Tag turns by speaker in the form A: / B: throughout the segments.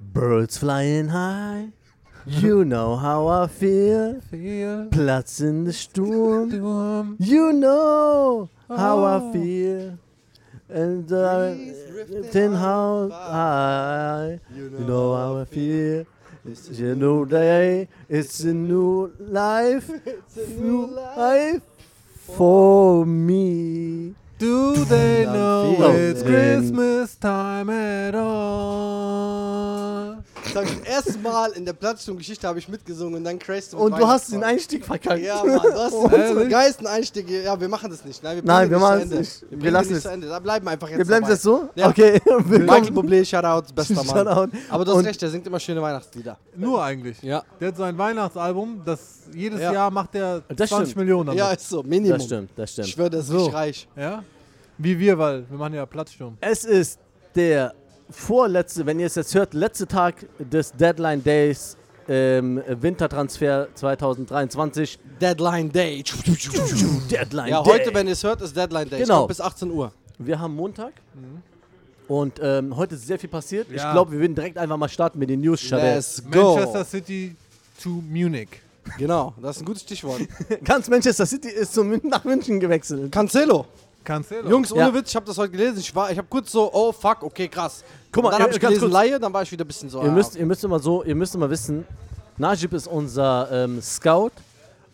A: Birds flying high. You know how I feel.
B: Viel
A: Platz in the Sturm.
B: Sturm.
A: You know how I
B: Oh.
A: feel. And uh, ten how high.
C: You
A: You know how I feel. It's a new day. It's a new life. It's a new life for me.
B: Do they
A: I'm
B: know
A: feeling-
B: it's Christmas time at all?
C: Das habe ich das erste Mal in der Platzsturm-Geschichte habe ich mitgesungen und dann Crazy
A: Und du hast den Einstieg verkackt.
C: Ja, Mann, du hast
A: Und-
C: unseren geilsten Einstieg. Ja, wir machen das nicht. Nein, wir, bringen
A: Nein,
C: den
A: wir
C: nicht zu
A: machen
C: Ende.
A: es nicht. Wir
C: bringen den
A: lassen
C: nicht
A: es.
C: zu Ende. Da bleiben wir einfach jetzt
A: Wir bleiben
C: dabei.
A: jetzt so?
C: Ja.
A: Okay. willkommen.
C: Michael Bublé, Shoutout, bester Mann.
A: Shoutout.
C: Aber du hast
A: Und-
C: recht, der singt immer schöne Weihnachtslieder.
B: Nur eigentlich.
C: Ja.
B: Der hat sein Weihnachtsalbum, das jedes
C: Ja.
B: Jahr macht er
A: Das
B: 20
A: stimmt.
B: Millionen. damit.
C: Ja, ist so, Minimum.
A: Das stimmt, das
C: Ich
A: stimmt.
C: schwöre, das ist
B: So.
C: nicht reich.
B: ja. Wie wir, weil wir machen ja Platzsturm.
A: Es ist der vorletzte, wenn ihr es jetzt hört, letzte Tag des Deadline Days ähm, Wintertransfer 2023.
C: Deadline Day.
A: Deadline
C: Ja,
A: Day.
C: heute, wenn ihr es hört, ist Deadline Day. Ich
A: Genau.
C: glaub, bis 18 Uhr.
A: wir haben Montag.
C: Mhm.
A: Und ähm, heute ist sehr viel passiert.
B: Ja.
A: Ich glaube, wir werden direkt einfach mal starten mit den News. Schade.
C: Let's go.
B: Manchester City to Munich.
C: Genau, das ist ein gutes Stichwort.
A: Ganz Manchester City ist zum, nach München gewechselt.
C: Cancelo.
B: Cancelo.
C: Jungs, ohne
A: Ja.
C: Witz, ich habe das heute gelesen. Ich, war, ich habe kurz so, oh fuck, okay, krass.
A: Guck mal,
C: Und dann habe
A: äh,
C: ich
A: ganz
C: gelesen
A: kurz.
C: Laie, dann war ich wieder ein bisschen so.
A: Ihr
C: ah,
A: müsst, ihr müsst immer so, ihr müsst immer wissen, Najib ist unser ähm, Scout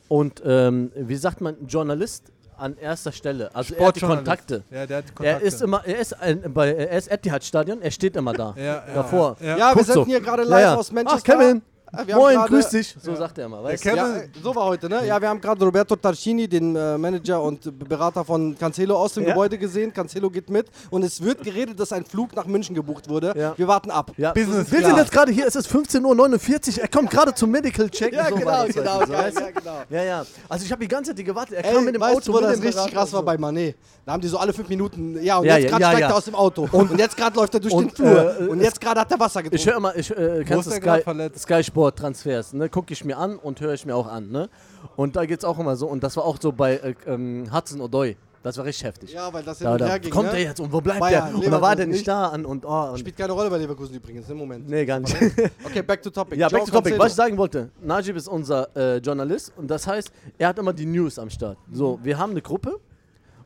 A: und ähm, wie sagt man, Journalist an erster Stelle. Also er hat die
B: Sportjournalist.
A: Kontakte.
B: Ja, der hat die Kontakte.
A: Er ist immer, er ist ein, bei, er ist Etihad Stadion, er steht immer da.
B: Ja, ja,
A: davor.
B: Ja,
C: Ja, wir
A: Guck so.
C: senden hier gerade live
A: Ja, ja.
C: aus Manchester.
A: Ach, Kevin.
C: Ah, wir haben
A: Moin,
C: gerade-
A: grüß dich. So sagt er immer. Weißt?
B: Kevin-
A: du.
C: Ja, äh, so war heute, ne? Ja, wir haben gerade Roberto Tarcini, den äh, Manager und Berater von Cancelo, aus dem
A: Ja.
C: Gebäude gesehen. Cancelo geht mit und es wird geredet, dass ein Flug nach München gebucht wurde.
A: Ja.
C: Wir warten ab.
A: Ja.
B: Business
A: Wir
B: klar.
A: sind jetzt gerade hier, es ist 15.49 Uhr, er kommt gerade zum Medical Check.
C: Ja,
A: so
C: genau,
A: war das
C: genau,
A: heute, so,
C: ja,
A: weißt du?
C: ja, genau.
A: Ja, ja. Also ich habe die ganze Zeit gewartet. Er
C: Ey,
A: kam mit dem
C: weißt
A: Auto.
C: du, wo
A: mit
C: das
A: dem
C: richtig
A: Berater
C: krass
A: und
C: war
A: so.
C: bei Mané? Da haben die so alle fünf Minuten, ja, und
A: Ja,
C: jetzt
A: ja,
C: gerade
A: ja,
C: steigt
A: ja.
C: er aus dem Auto. Und, jetzt gerade läuft er durch
A: Und,
C: den Flur.
A: äh,
C: und jetzt gerade hat er Wasser
A: Ich
C: getrunken.
A: höre immer, ich äh,
B: Wo
A: kennst
B: ist
A: du
B: der gerade
A: Sky,
B: verletzt?
A: Sky Sport Transfers, ne? Gucke ich mir an und höre ich mir auch an, ne? Und da geht's auch immer so. Und das war auch so bei äh, ähm, Hudson O'Doy. Das war richtig heftig.
C: Ja, weil das hin
A: da,
C: und
A: da
C: her ging.
A: kommt
C: ne?
A: er jetzt und wo bleibt
C: Bayern,
A: der? Und da war der
C: Leverkusen
A: nicht
C: nicht.
A: da an und oh. Und
C: Spielt keine Rolle bei Leverkusen übrigens im Moment.
A: nee, gar nicht.
C: Okay, back to topic.
A: ja,
C: Joao
A: back to topic.
C: Cancelo.
A: Was ich sagen wollte, Najib ist unser äh, Journalist und das heißt, er hat immer die News am Start. So,
C: Mhm.
A: wir haben eine Gruppe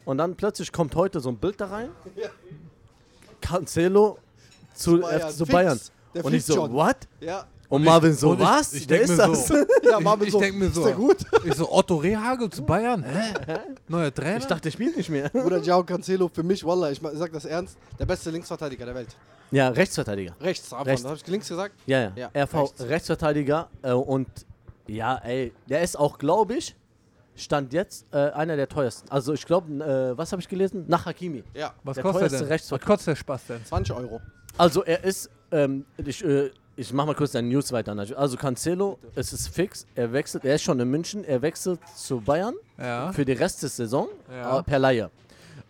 A: und dann plötzlich kommt heute so ein Bild da rein. Cancelo zu
C: Bayern.
A: Bayern. Zu
C: Fix.
A: Bayern.
C: Der
A: Und ich
C: fliegt
A: so,
C: schon.
A: what?
C: Ja,
A: Und Marvin so,
B: Und ich-
A: was?
B: ich
A: Wer
B: denk
A: ist
B: mir
A: das?
B: so.
C: ja Marvin
B: ich
C: so,
B: denk mir so.
C: Ist der gut?
B: Ich so, Otto Rehagel zu Bayern? Hä? Neuer Trainer?
A: Ich dachte, der spielt nicht mehr.
C: Bruder Jao Cancelo, für mich, Wallah, ich ma- sag das ernst, der beste Linksverteidiger der Welt.
A: Ja, Rechtsverteidiger.
C: Rechts, am Anfang,
A: Rechts.
C: da hab ich links gesagt.
A: Ja, ja.
C: Ja,
A: RV,
C: rechts.
A: Rechtsverteidiger. Äh, und ja, ey, der ist auch, glaube ich, Stand jetzt äh, einer der teuersten. Also, ich glaube, äh, was habe ich gelesen? Nach Hakimi.
C: Ja,
B: Was
A: Der
B: kostet
A: teuerste
B: der denn? Was
A: Rechtsverteidiger.
B: kostet der Spaß denn?
C: 20 Euro.
A: Also, er ist, ähm, ich, äh, ich mache mal kurz deine News weiter. Najib. Also, Cancelo, es ist fix. Er wechselt, er ist schon in München. Er wechselt zu Bayern
B: Ja.
A: für die Rest der Saison
B: Ja.
A: äh, per Laie.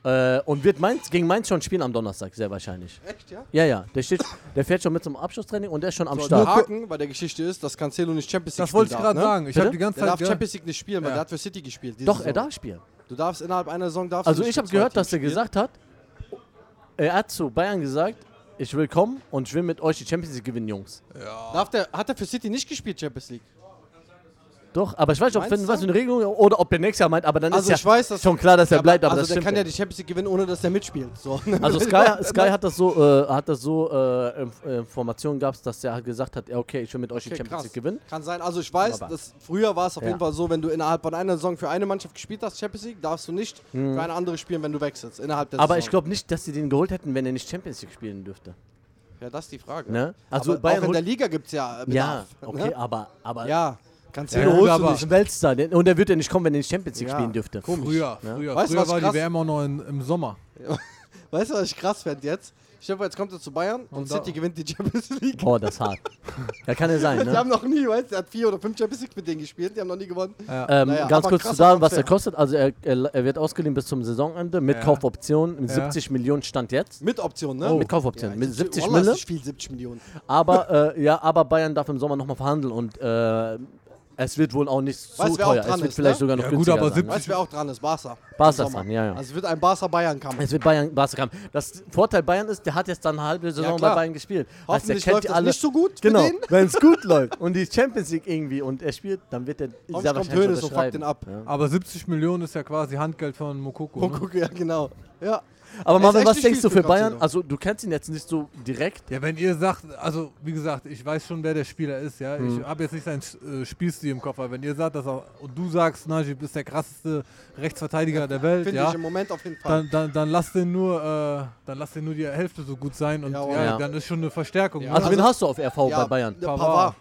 A: Äh, und wird Mainz, gegen Mainz schon spielen am Donnerstag, sehr wahrscheinlich.
C: Echt, ja?
A: Ja, ja, der, steht, der fährt schon mit zum Abschlusstraining und der ist schon am
C: So, der
A: Start.
C: Haken bei der Geschichte ist, dass Cancelo nicht Champions League
B: Das wollte ich
C: spielen
B: gerade
C: darf, ne?
B: sagen. Ich habe
A: Bitte?
B: die ganze
C: Der
B: Zeit
C: darf
B: gehört.
C: Champions League nicht spielen, weil
B: Ja.
C: der hat für City gespielt. diese
A: Doch, er
C: Saison.
A: darf spielen.
C: Du darfst innerhalb einer Saison darfst
A: Also
C: du
A: ich
C: nicht
A: habe
C: mit
A: gehört,
C: zwei
A: dass er
C: Teams
A: gesagt hat, er hat zu Bayern gesagt, ich will kommen und ich will mit euch die Champions League gewinnen, Jungs.
C: spielen. Darf der, hat er für City nicht gespielt, Champions League?
A: Doch, aber ich weiß nicht, ob
C: Meinst
A: wenn,
C: du?
A: was für eine Regelung oder ob der nächstes Jahr meint, aber dann
C: Also
A: ist
C: ich
A: ja
C: weiß, dass...
A: schon klar, dass er
C: Ja,
A: bleibt, aber
C: also
A: das
C: der
A: stimmt.
C: kann ja
A: ja
C: die Champions League gewinnen, ohne dass er mitspielt. So.
A: also Sky, Sky hat das so, äh, hat das so äh, Inf- äh, Informationen gab es, dass er halt gesagt hat, ja, okay, ich will mit euch die
C: Okay,
A: Champions
C: krass.
A: League gewinnen.
C: Kann sein. Also ich weiß,
A: Aber-
C: dass früher war es auf
A: Ja.
C: jeden Fall so, wenn du innerhalb von einer Saison für eine Mannschaft gespielt hast, Champions League, darfst du nicht für eine andere spielen, wenn du wechselst. Innerhalb der
A: Hm. Aber
C: Saison.
A: ich glaube nicht, dass sie den geholt hätten, wenn er nicht Champions League spielen dürfte.
C: Ja, das ist die Frage.
A: Ne?
C: Also
A: Also
C: aber
A: Bayern
C: auch in
A: holt-
C: der Liga gibt es ja äh,
A: Ja,
C: Bedarf.
A: okay,
C: Ne?
A: aber, aber
C: Ja,
B: Ja,
C: Cancelo
B: gut,
C: holst du
B: aber-
C: nicht.
A: ein Weltstar. den- Und er wird ja nicht kommen, wenn er nicht Champions League
C: Ja,
A: spielen dürfte.
B: Früher, früher.
C: ne? Weißt du,
B: früher
C: was
B: war
C: krass-
B: die WM auch noch in, im Sommer.
C: Weißt du, was ich krass fände jetzt? Ich glaube, jetzt kommt er zu Bayern und,
B: Und da-
C: City gewinnt die Champions League.
A: Boah, das ist hart. Ja, kann ja sein,
C: Die
A: ne?
C: haben noch nie, weißt du, er hat vier oder fünf Champions League mit denen gespielt, die haben noch nie gewonnen.
B: Ja.
A: Ähm,
C: Naja,
A: ganz
C: aber
A: kurz zu
C: krasser
A: sagen, was er
C: Transfer.
A: kostet. Also er, er, er wird ausgeliehen bis zum Saisonende mit
B: Ja.
A: Kaufoption. Mit
B: Ja.
A: 70 Millionen stand jetzt.
C: Mit Option, ne?
A: Oh. Mit Kaufoption. Mit 70
C: Wallah, ist
A: Mille.
C: nicht viel, 70 Millionen.
A: Aber äh, ja, aber Bayern darf im Sommer nochmal verhandeln und äh, Es wird wohl auch nicht so
C: Weißt du, wer auch
A: teuer.
C: dran
A: Es wird
C: ist,
A: vielleicht
C: ne?
A: sogar noch
B: Ja, gut,
A: günstiger
B: aber
A: sein. Ne?
C: Weißt du, wer auch dran ist? Barca.
A: Barca
C: Im Sommer.
A: dran, ja, ja.
C: Also es wird ein Barca-Bayern-Kampf.
A: Es wird Bayern, Barca haben. Das Vorteil Bayern ist, der hat jetzt dann eine halbe Saison bei
C: klar.
A: Bayern gespielt. Heißt, der
C: Hoffentlich
A: kennt
C: läuft
A: die
C: das
A: alle.
C: nicht so gut
A: genau,
C: für den.
A: wenn es gut läuft und die Champions League irgendwie und er spielt, dann wird der sehr
C: Hoffentlich kommt
A: wahrscheinlich
C: Hönes und fuckt den
A: unterschreiben.
C: ab.
B: Aber 70 Millionen ist ja quasi Handgeld von Mokoko.
C: Guck,
B: Ne?
C: guck, ja, genau. Ja.
A: Aber
C: ist
A: Marvin,
C: echt
A: was
C: nicht
A: denkst du
C: viel
A: für
C: für
A: Bayern?
C: Cancelo.
A: Also du kennst ihn jetzt nicht so direkt.
B: Ja, wenn ihr sagt, also wie gesagt, ich weiß schon, wer der Spieler ist, ja.
C: Hm.
B: Ich habe jetzt nicht seinen äh, Spielstil im Kopf, aber wenn ihr sagt, dass er, und du sagst, Najib ist der krasseste Rechtsverteidiger der Welt,
C: Finde
B: ja,
C: ich im Moment auf jeden Fall.
B: dann, dann, dann lass den nur, äh, dann lass den nur die Hälfte so gut sein und ja,
C: Ja,
A: ja.
B: dann ist schon eine Verstärkung.
C: Ja.
B: ne?
A: Also,
C: Also-
A: wen hast du auf RV bei Bayern?
C: der
B: Pavard.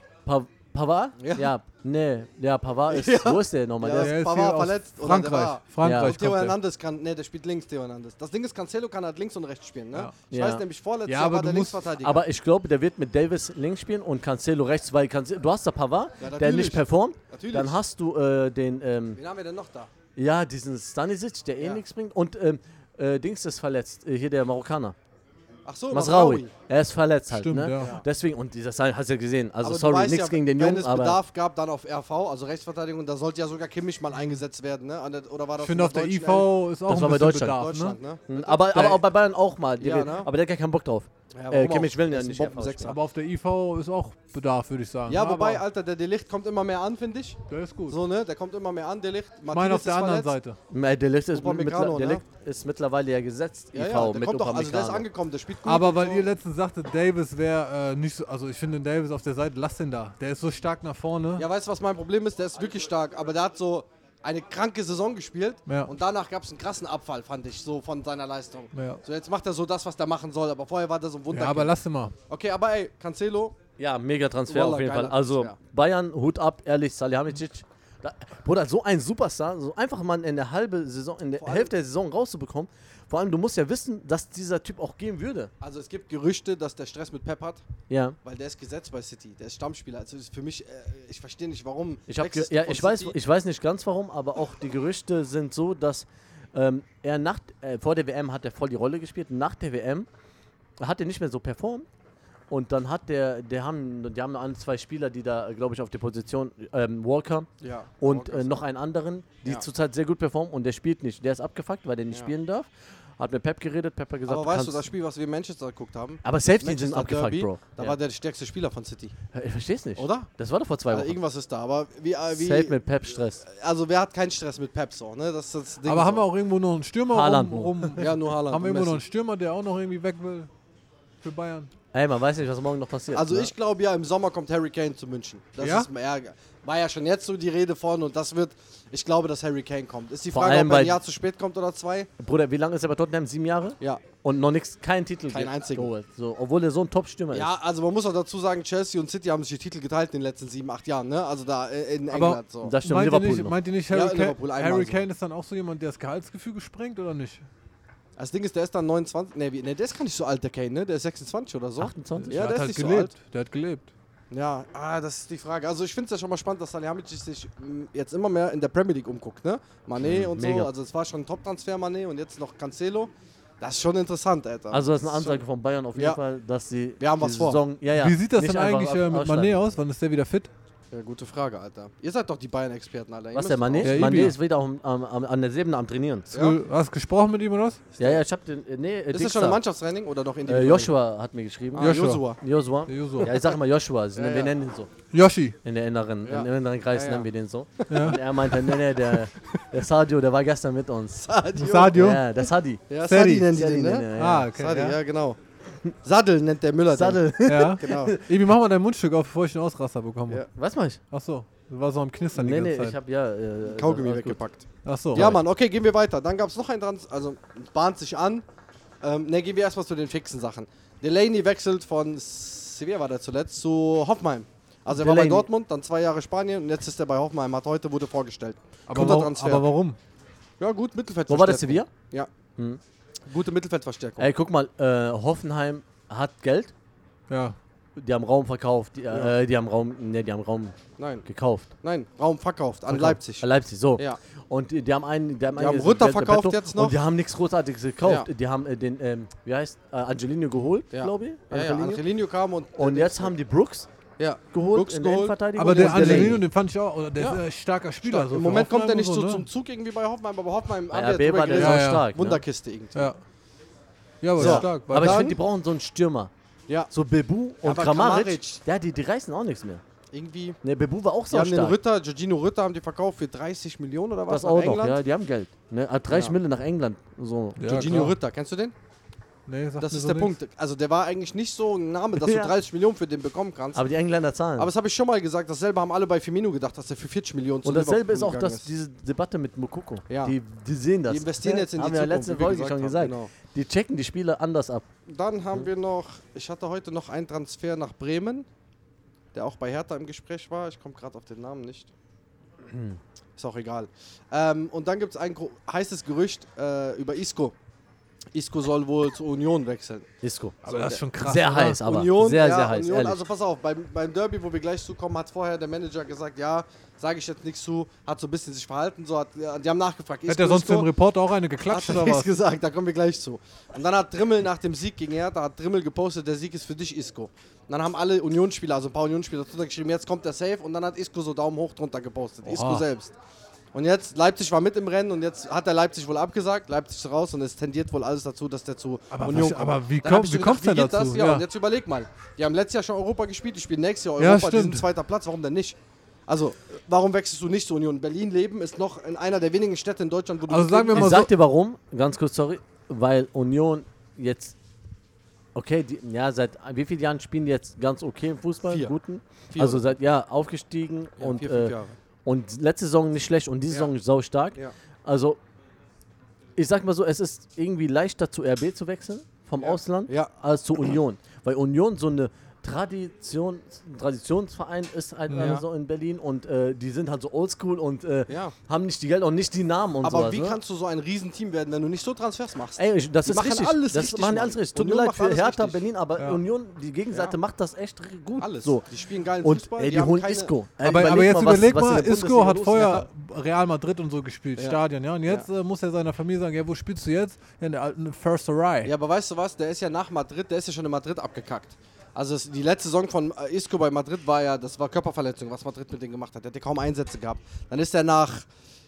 A: Pa
C: Pavard.
A: Pavard?
C: Ja.
A: Nee, ja, Pavard ist. Wo ist der nochmal?
C: Ja,
A: Der
C: ist
A: ist-
B: hier
C: Pavard
B: aus
C: verletzt oder der
B: Frankreich.
C: war-
B: Frankreich
C: Theo
B: kommt der.
C: Hernandez kann, nee, der spielt links, Theo Hernandez. Das Ding ist, Cancelo kann halt links und rechts spielen, ne?
B: Ja.
C: Ich
A: Ja.
C: weiß nämlich, vorletztes
B: Ja,
C: Jahr
B: aber
C: war der
B: du musst-
C: Linksverteidiger.
A: Aber ich glaube, der wird mit Davis links spielen und Cancelo rechts, weil Cancelo, du hast da Pavard,
C: Ja,
A: der
C: natürlich.
A: nicht performt.
C: Natürlich.
A: Dann hast du äh, den, ähm,
C: Wen haben wir denn noch da?
A: ja, diesen Stanisic, der eh
C: Ja.
A: nichts bringt. Und ähm, äh, Dings ist verletzt, äh, hier der Marokkaner.
C: Ach so,
A: Masraoui. Er ist verletzt halt,
B: Stimmt,
A: ne?
B: ja.
A: Deswegen, und dieser Sign hast du ja gesehen. Also,
C: Aber du
A: sorry,
C: weißt
A: nichts
C: ja,
A: gegen den
C: Wenn
A: Jungen,
C: es
A: aber.
C: Bedarf gab, dann auf RV, also Rechtsverteidigung, da sollte ja sogar Kimmich mal eingesetzt werden, ne? An der- Oder war das
B: Ich finde,
C: in
B: auf der
C: deutschen
B: IV
C: Elf?
B: ist auch
A: Das war
B: ein
A: bei
B: bisschen
A: Deutschland.
B: Bedarf,
C: Deutschland,
B: ne?
C: ne?
A: Mh, Hm, Aber, aber
B: Der-
A: auch bei Bayern auch mal. die
C: Ja,
A: reden.
C: ne?
A: Aber der hat gar keinen Bock drauf.
C: Ja,
A: äh,
C: warum auch?
A: Kimmich will ja
C: Ist ein
A: nicht. RV
C: Bombensechser.
A: spielen.
B: Aber auf der IV ist auch Bedarf, würde ich sagen. ne?
C: Ja,
B: Aber
C: wobei, Alter, der Delicht kommt immer mehr an, finde ich.
B: Der ist gut.
C: So, ne? Der kommt immer mehr an, Delicht.
B: ich meine, auf der anderen Seite.
A: Na, Äh, Der Licht ist,
C: Upamecano,
A: mittler, der
C: ne?
A: Licht ist mittlerweile ja gesetzt,
C: Ja,
A: IV,
C: ja, der
A: mit
C: kommt doch, also der ist
A: Upamecano.
C: angekommen, der spielt gut.
B: Aber
C: und
B: weil
C: so.
B: ihr letztens sagtet, Davis wäre äh, nicht so. Also, ich finde den Davis auf der Seite, lass den da. Der ist so stark nach vorne.
C: Ja, weißt du, was mein Problem ist? Der ist wirklich stark, aber der hat so eine kranke Saison gespielt
B: Ja.
C: und danach gab es einen krassen Abfall, fand ich, so von seiner Leistung.
B: Ja.
C: So, jetzt macht er so das, was der machen soll, aber vorher war der so ein Wunder.
B: Ja, aber lass den mal.
C: okay, aber ey, Cancelo,
A: Ja, mega Transfer
C: Wallah,
A: auf jeden
C: geiler
A: Fall. Also
C: Transfer.
A: Bayern, Hut ab, ehrlich, Salihamidzic. Da, Bruder, so ein Superstar, so einfach mal in der halbe Saison, in der
C: allem-
A: Hälfte der Saison rauszubekommen. Vor allem, du musst ja wissen, dass dieser Typ auch gehen würde.
C: also es gibt Gerüchte, dass der Stress mit Pep hat,
A: Ja.
C: weil der ist gesetzt bei City, der ist Stammspieler. Also ist für mich, äh, ich verstehe nicht, warum.
A: Ich, hab ge
C: wechselst du
A: ja,
C: von
A: ich, weiß,
C: City?
A: ich weiß nicht ganz warum, aber auch die Gerüchte sind so, dass ähm, er nach, äh, vor der WM hat er voll die Rolle gespielt. Nach der WM hat er nicht mehr so performt. Und dann hat der, der haben, die haben ein, zwei Spieler, die da, glaube ich, auf der Position, ähm, Walker,
C: ja, Also,
A: und
C: Walker
A: äh,
C: ist-
A: noch einen anderen, die
C: Ja.
A: zurzeit sehr gut performen und der spielt nicht. Der ist abgefuckt, weil der nicht
C: Ja.
A: spielen darf. Hat mit Pep geredet, Pep hat gesagt,
C: aber weißt du,
A: kannst-
C: das Spiel, was wir in Manchester geguckt haben?
A: aber Safety sind
C: Manchester
A: abgefuckt,
C: Derby,
A: Bro.
C: Da
A: Ja.
C: war der stärkste Spieler von City.
A: ich versteh's nicht.
C: Oder?
A: Das war doch vor zwei
C: Also
A: Wochen.
C: irgendwas ist da, aber wie, äh, wie
A: Safe mit Pep Stress.
C: also wer hat keinen Stress mit Pep so, ne? Das ist das Ding.
B: Aber
C: so.
B: haben wir auch irgendwo noch einen Stürmer
A: Haaland nur.
B: rum? rum
C: Ja, nur Haaland.
B: haben wir
C: und
B: irgendwo noch einen
C: Messi.
B: Stürmer, der auch noch irgendwie weg will? Für Bayern.
A: Ey, man weiß nicht, was morgen noch passiert.
C: Also
A: ne?
C: ich glaube ja, im Sommer kommt Harry Kane zu München. Das
B: Ja?
C: ist mir Ärger. War ja schon jetzt so die Rede von und das wird, ich glaube, dass Harry Kane kommt. Ist die
A: Vor
C: Frage,
A: allem
C: ob er
A: bei-
C: ein Jahr zu spät kommt oder zwei?
A: Bruder, wie lange ist er bei Tottenham? Sieben Jahre?
C: Ja.
A: Und noch nichts, keinen Titel.
C: Keinen
A: ge-
C: einzigen.
A: geholt. So, obwohl er so ein Top-Stürmer
C: Ja, also man muss auch dazu sagen, Chelsea und City haben sich die Titel geteilt in den letzten sieben, acht Jahren, ne? Also da äh, in
B: Aber
C: England so.
A: ist. Da stimmt
B: meint, ihr
A: Liverpool
B: nicht,
A: noch.
B: meint ihr nicht,
C: Ja,
B: Harry,
C: Liverpool
B: Kane,
C: einmal
B: Harry
C: so.
B: Kane ist dann auch so jemand, der das Gehaltsgefüge sprengt oder nicht?
C: Das Ding ist, der ist dann 29, ne, wie- ne, der ist gar nicht so alt, der Kane, ne? Der ist 26 oder so.
A: 28?
C: Ja,
B: der
C: der
B: hat
C: ist
B: halt
C: nicht so
B: gelebt. der hat gelebt.
C: Ja, ah, das ist die Frage. Also ich finde es ja schon mal spannend, dass Salihamidzic sich m, jetzt immer mehr in der Premier League umguckt, ne? Mané und
A: Mhm, mega.
C: so. Also es war schon ein Top-Transfer, Mané und jetzt noch Cancelo. Das ist schon interessant, Alter.
A: Also das ist eine
C: schon-
A: Ansage von Bayern auf jeden
C: Ja.
A: Fall, dass sie
C: Wir haben
A: die
C: was vor.
A: Saison... Ja, ja,
B: Wie sieht das
A: nicht
B: denn
A: einfach
B: eigentlich äh,
A: ab-
B: mit
A: abschreiben.
B: Mané aus? Wann ist der wieder fit?
C: Ja, gute Frage, Alter. Ihr seid doch die Bayern-Experten, Alter. Ihr
A: Was,
C: müsst
A: der
C: doch
A: Mané?
C: auch-
B: Ja,
A: Mané
B: Ibi.
A: ist wieder am, am, am, an der Sebene am Trainieren.
B: Hast du- Hast du gesprochen mit ihm oder was?
A: Ja, ja, ich hab den. äh, Nee, äh,
C: Ist
A: Dings
C: das schon ein
A: da.
C: Mannschaftstraining oder noch
A: äh,
C: individuell?
A: Joshua hat mir geschrieben.
C: Ah,
B: Joshua.
C: Joshua.
A: Joshua.
B: Der Joshua.
A: Ja, ich sag immer Joshua. Sie
C: Ja,
A: nennen-
C: ja.
A: Wir nennen ihn so.
B: Yoshi.
A: In der inneren,
C: Ja.
A: im inneren Kreis
C: Ja, ja.
A: nennen wir den so. Und er meinte, nee, nee, der, der Sadio, der war gestern mit uns.
C: Sadio.
B: Sadio.
A: Ja, der Sadi.
C: Ah, Ja,
B: Sadi.
C: Sadi nennen die
A: Sadi
C: den,
A: nennen,
C: ne?
A: ja, ja.
B: Ah, okay.
C: Sadi,
B: ja.
C: ja, genau. Saddel nennt der Müller. den.
A: Sadel.
B: Ja.
C: Genau.
B: Ebi, mach mal dein Mundstück auf, bevor ich einen Ausraster bekomme.
C: Ja.
A: Was mach ich?
B: Achso, du warst so am Knistern
A: Nee,
B: die
A: nee,
B: ganze
A: ich
B: Zeit.
A: hab ja. Äh,
C: Kaugummi
A: alles gut.
C: weggepackt.
B: Achso.
C: Ja, Mann, okay, gehen wir weiter. Dann gab es noch einen Trans. Also, bahnt sich an. Ähm, ne, gehen wir erstmal zu den fixen Sachen. Delaney wechselt von Sevilla, war der zuletzt, zu Hoffenheim. Also, er war bei
A: Delaney.
C: Dortmund, dann zwei Jahre Spanien und jetzt ist er bei Hoffenheim. Hat heute wurde vorgestellt.
B: aber,
C: Guter
B: wa-
C: Transfer.
B: aber warum?
C: ja, gut, Mittelfeld.
A: Wo war das Sevilla?
C: Ja.
A: Hm.
C: Gute Mittelfeldverstärkung.
A: Ey, guck mal, äh, Hoffenheim hat Geld.
B: Ja.
A: Die haben Raum verkauft. Die, äh,
C: Ja.
A: äh, die haben Raum. Nee, die haben Raum
C: Nein,
A: gekauft.
C: nein, Raum verkauft an
A: Verkauft.
C: Leipzig.
A: Äh, Leipzig, so.
C: Ja.
A: Und die, die haben einen, die haben,
C: Die
A: einen
C: haben Rutter
A: Geld bei
C: verkauft
A: Petto
C: jetzt noch.
A: Und die haben nichts Großartiges gekauft.
C: Ja.
A: Die haben äh, den, ähm, wie heißt, äh, Angelino geholt,
C: Ja.
A: glaube ich.
C: Ja, ja,
A: Angelino.
C: Angelino kam und. äh,
A: Und jetzt haben die Brooks
C: Ja.
A: geholt
C: Brooks
A: in der
C: geholt.
A: Innenverteidigung.
B: Aber der
A: und Delaney.
B: Angelino, den fand ich auch, oder der
C: Ja.
B: ist ein starker Spieler.
C: Stark.
B: so
C: Im
B: für
C: Moment kommt er
B: Hoffenheim
C: nicht
B: und
C: so,
B: ne?
C: zum Zug irgendwie bei Hoffenheim, aber Hoffenheim
A: Bei
C: haben wir
A: RB
C: drüber
A: war der
C: geredet.
A: ist auch
B: Ja, ja.
A: stark. Ne?
C: Wunderkiste irgendwie.
B: Ja. Ja, aber
C: So.
B: ist stark.
A: Aber ich
C: Dann-
A: finde, die brauchen so einen Stürmer.
C: Ja,
A: So Bebu und
C: aber
A: Kramaric.
C: Kramaric-
A: Ja, die, die reißen auch nichts mehr.
C: irgendwie.
A: Ne, Bebu war auch
C: Die
A: so
C: haben den
A: stark.
C: Ritter, Giorgino Ritter haben die verkauft für 30 Millionen oder was?
A: Das
C: nach
A: auch noch,
C: England.
A: ja, die haben Geld. Ne? Hat 30
C: Ja.
A: Mille nach England. So.
B: Ja,
C: Jorginho
B: klar.
C: Ritter, kennst du den?
B: Nee, sagt
C: Das
B: mir
C: ist
B: so
C: der
B: nix.
C: Punkt. Also der war eigentlich nicht so ein Name, dass
A: Ja.
C: du 30 Millionen für den bekommen kannst. Aber,
A: Aber die Engländer zahlen.
C: das habe ich schon mal gesagt, dasselbe haben alle bei Firmino gedacht, dass er für 40 Millionen zu
A: und dasselbe
C: Liverpool
A: ist auch
C: gegangen
A: das, diese Debatte mit Mukoko.
C: Ja.
A: Die, die sehen das. Ne?
C: Die investieren jetzt in die
A: haben wir ja
C: Zukunft,
A: letzte
C: wie wir
A: Folge
C: gesagt
A: schon
C: haben,
A: gesagt.
C: genau.
A: Die checken die Spiele anders ab.
C: Dann haben wir noch, ich hatte heute noch einen Transfer nach Bremen, der auch bei Hertha im Gespräch war. Ich komme gerade auf den Namen nicht.
A: Hm.
C: Ist auch egal. Ähm, und dann gibt es ein gro- heißes Gerücht äh, über Isco. Isco soll wohl zur Union wechseln.
A: Isco.
B: Aber das ist schon krass.
A: sehr
B: oder?
A: heiß, aber
C: Union,
A: sehr,
C: ja,
A: sehr heiß,
C: Union,
A: ehrlich.
C: also pass auf, beim, beim Derby, wo wir gleich zukommen, hat vorher der Manager gesagt, ja, sage ich jetzt nichts zu, hat so ein bisschen sich verhalten, so hat, ja, die haben nachgefragt.
B: Hätte er sonst dem Reporter auch eine geklatscht
C: Hat
B: oder
C: er nichts
B: was?
C: gesagt, da kommen wir gleich zu. Und dann hat Drimmel nach dem Sieg gegen Hertha, hat Drimmel gepostet, der Sieg ist für dich, Isco. Und dann haben alle Unionsspieler, also ein paar Unionsspieler drunter geschrieben, jetzt kommt der Safe und dann hat Isco so Daumen hoch drunter gepostet, Isco
B: Oha.
C: selbst. Und jetzt, Leipzig war mit im Rennen und jetzt hat er Leipzig wohl abgesagt, Leipzig ist raus und es tendiert wohl alles dazu, dass der zu
B: Aber
C: Union
B: was-
C: kommt.
B: aber wie
C: Dann
B: komm-
C: hab ich
B: wie
C: so
B: kommt's
C: gedacht,
B: denn
C: wie geht
B: dazu?
C: Das? Ja,
B: Ja.
C: und jetzt überleg mal, die haben letztes Jahr schon Europa gespielt, die spielen nächstes Jahr
B: Ja,
C: Europa, die sind
B: stimmt.
C: zweiter Platz, warum denn nicht? Also, warum wechselst du nicht zur Union? Berlin leben ist noch in einer der wenigen Städte in Deutschland, wo du
B: Also
C: mit
B: sagen wir
C: Leben-
A: Ich
B: mal
A: sag dir warum, ganz kurz, sorry, weil Union jetzt, okay, die, ja, seit wie vielen Jahren spielen die jetzt ganz okay im Fußball?
C: Vier.
A: Guten?
C: Vier.
A: Also seit, ja, aufgestiegen
C: Ja,
A: und,
C: vier, fünf
A: äh,
C: Jahre.
A: und letzte Saison nicht schlecht und diese
C: Ja.
A: Saison sau stark.
C: Ja.
A: Also, ich sag mal so, es ist irgendwie leichter zu RB zu wechseln vom Ausland
C: Ja.
A: als zu Union. Weil Union so eine Tradition, Traditionsverein ist halt
C: Ja.
A: so in Berlin und äh, die sind halt so oldschool und äh,
C: Ja.
A: haben nicht die Geld und nicht die Namen und
C: Aber
A: sowas.
C: wie
A: ne?
C: kannst du so ein Riesenteam werden, wenn du nicht so Transfers machst?
A: Ey, ich- das
C: Die
A: ist
C: machen
A: richtig.
C: alles
A: das
C: richtig,
A: machen die
C: Mann.
A: alles richtig. Tut mir
C: Union
A: leid
C: macht
A: für
C: alles
A: Hertha
C: richtig.
A: Berlin, aber
B: Ja.
A: Union, die Gegenseite
C: Ja.
A: macht das echt gut.
C: Alles.
A: So.
C: Die spielen geilen
A: Und
C: Fußball.
A: ey, die,
C: haben
A: holen
C: keine-
A: Isco. Ey,
B: Aber, aber jetzt
A: was-
B: überleg
A: was in
B: mal,
A: der
B: Isco
A: Bundesliga
B: hat
A: los
B: vorher Real Madrid und so gespielt,
C: Ja.
B: Stadion, ja. Und jetzt äh, muss er seiner Familie sagen, ja, wo spielst du jetzt? Ja, in der alten First Array.
C: Ja, aber weißt du was? Der ist ja nach Madrid, der ist ja schon in Madrid abgekackt. Also es, die letzte Saison von äh, Isco bei Madrid war ja, das war Körperverletzung, was Madrid mit denen gemacht hat. Der hat ja kaum Einsätze gehabt. Dann ist er nach,